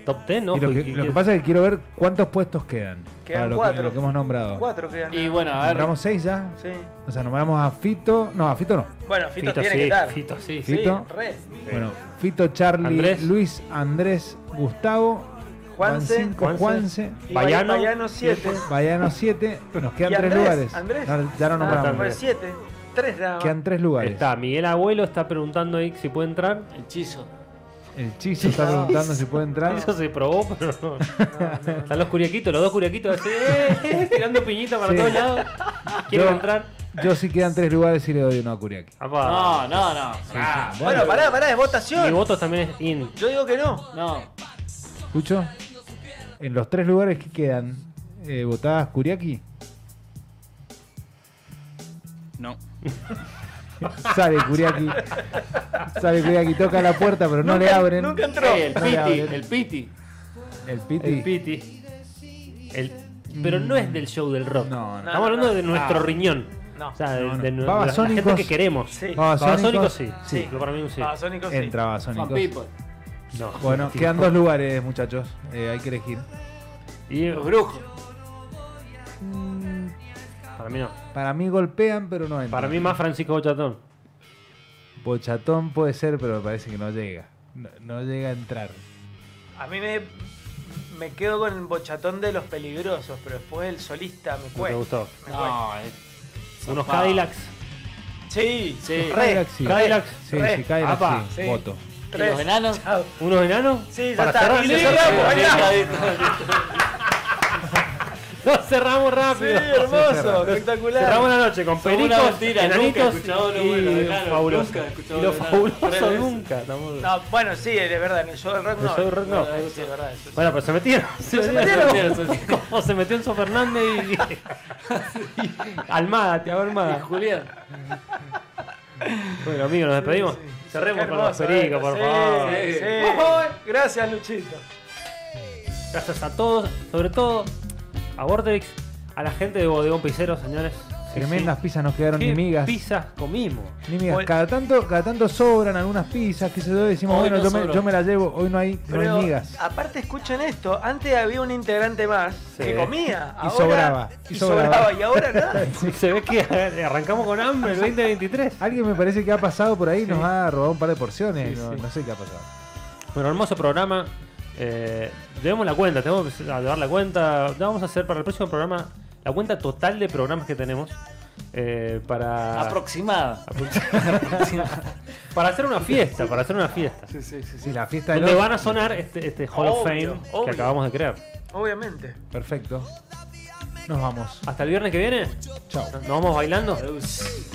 top 10, ¿no?
Y lo, que, lo que pasa es que quiero ver cuántos puestos quedan.
Quedan
para lo que-
cuatro.
lo que hemos nombrado.
Cuatro quedan.
Y bueno, a ver.
Nombramos seis ya.
Sí.
O sea, nombramos a Fito. No, a Fito no.
Bueno, Fito, tiene
sí,
que estar.
Fito sí.
Sí,
Fito.
re.
Bueno, Fito, Charlie,
Andrés.
Luis, Andrés, Gustavo,
Juanse.
Juan cinco,
Juanse.
Juanse,
Y
Bayano,
Bayano 7.
Bayano 7. Nos quedan
Y
tres
Andrés,
lugares.
Andrés.
No, ya no
Ah,
nombramos.
fue 7. 3 nada más.
quedan tres lugares.
Está Miguel Abuelo, está preguntando ahí si puede entrar.
Hechizo.
El Chizo está preguntando si puede entrar.
Eso se probó, pero no. Están los curiaquitos, los dos curiaquitos así, eh, tirando piñita para
Sí.
todos lados. Quieren
Yo-
entrar.
Yo sí quedan tres lugares y le doy uno a Curiaki.
Apa.
No, no, no. Ah,
Bueno, pará, pará, es
Mi
votación.
voto también es in.
Yo digo que no.
no.
¿Escucho? En los tres lugares que quedan, eh, ¿votabas Curiaki?
No.
[laughs] Sale Curiaki. Sale Curiaki, toca la puerta, pero no le abren.
Nunca entró.
Eh,
Ey, el
No le
piti,
abren.
el piti.
El Piti.
El Piti. El- pero no es del show del rock.
No, no.
Estamos hablando
no.
de nuestro
Ah.
riñón.
No.
O sea, de,
No, no.
de nu- la, la gente
Babasónicos.
que queremos.
Sí.
Babasónicos,
Babasónicos sí.
Sí.
Sí, yo para mí un sí.
Ah, Sónico sí.
Entra Babasónicos.
Fan people.
No.
Bueno,
Sí.
quedan dos lugares, muchachos. Eh, hay que elegir.
Y
Los brujos.
para mí no.
Para mí golpean, pero no entran.
Para mí más Francisco Bochatón.
Bochatón puede ser, pero me parece que no llega. No, no llega a entrar.
A mí me, me quedo con el bochatón de los peligrosos, pero después el solista me
No te
cuesta.
gustó.
Me cuesta.
No, es-
Unos
Zafado.
Cadillacs.
Sí,
Sí.
Re.
Cadillac sí.
Cadillacs.
Sí,
Re.
sí, Cadillac
Apa.
sí.
Sí.
Voto.
¿Y los
tres.
enanos?
Chao.
¿Unos enanos?
Sí, ya
Para
está.
cerrar.
Y se
Sí,
cerramos,
sí, [laughs]
bailamos.
Lo cerramos
Sí,
rápido.
hermoso, espectacular.
Cerramos la noche con
Son una
pericos,
mentira, nunca he
enanitos y
escuchado lo bueno, claro,
fabuloso.
nunca he escuchado
Y lo
lo bueno. Tres
fabuloso
veces.
nunca. estamos-
No, bueno, sí, es verdad, en el show del rock
El
no.
show del rock no.
Sí, es verdad. eso sí.
Bueno, pero se metieron. Se,
metieron.
Como se metió Enzo Fernández [laughs] y. y- Almada, te hago Almada.
Julián.
Bueno, amigos, nos despedimos. Cerremos
Qué
con los
hermoso, eh.
pericos, por
sí,
favor.
sí. Gracias, Luchito.
Gracias a todos, sobre todo a Vortex, a la gente de Bodegón Picero, señores. Sí,
Tremendas
sí.
pizzas nos quedaron, ni
¿Qué
migas.
Pizzas comimos. [laughs]
Ni migas.
Bueno.
Cada tanto, cada tanto sobran algunas pizzas, qué sé yo, decimos,
Hoy
bueno,
no
yo me,
sobró.
yo me la llevo, hoy no hay, no
Pero,
hay migas.
Aparte, escuchen esto: antes había un integrante más
Sí.
que comía.
Y
ahora-
sobraba,
Y
y
sobraba.
sobraba.
y
[laughs]
ahora nada.
Se ve que [laughs] arrancamos con hambre el 2023.
Alguien me parece que ha pasado por ahí, nos ha robado un par de porciones, no, no sé qué ha pasado.
Bueno, hermoso programa. Eh, debemos la cuenta, tenemos que llevar la cuenta. Ya Vamos a hacer para el próximo programa la cuenta total de programas que tenemos. eh, para,
Aproximada.
[laughs] para hacer una fiesta, para hacer una fiesta.
Sí, sí, sí.
Sí, la fiesta del
Donde
ocio.
van a sonar este, este Hall of Fame
Obvio,
que
obvio.
acabamos de crear.
Obviamente.
Perfecto. Nos vamos.
Hasta el viernes que viene,
Chao.
nos vamos bailando.
Adiós.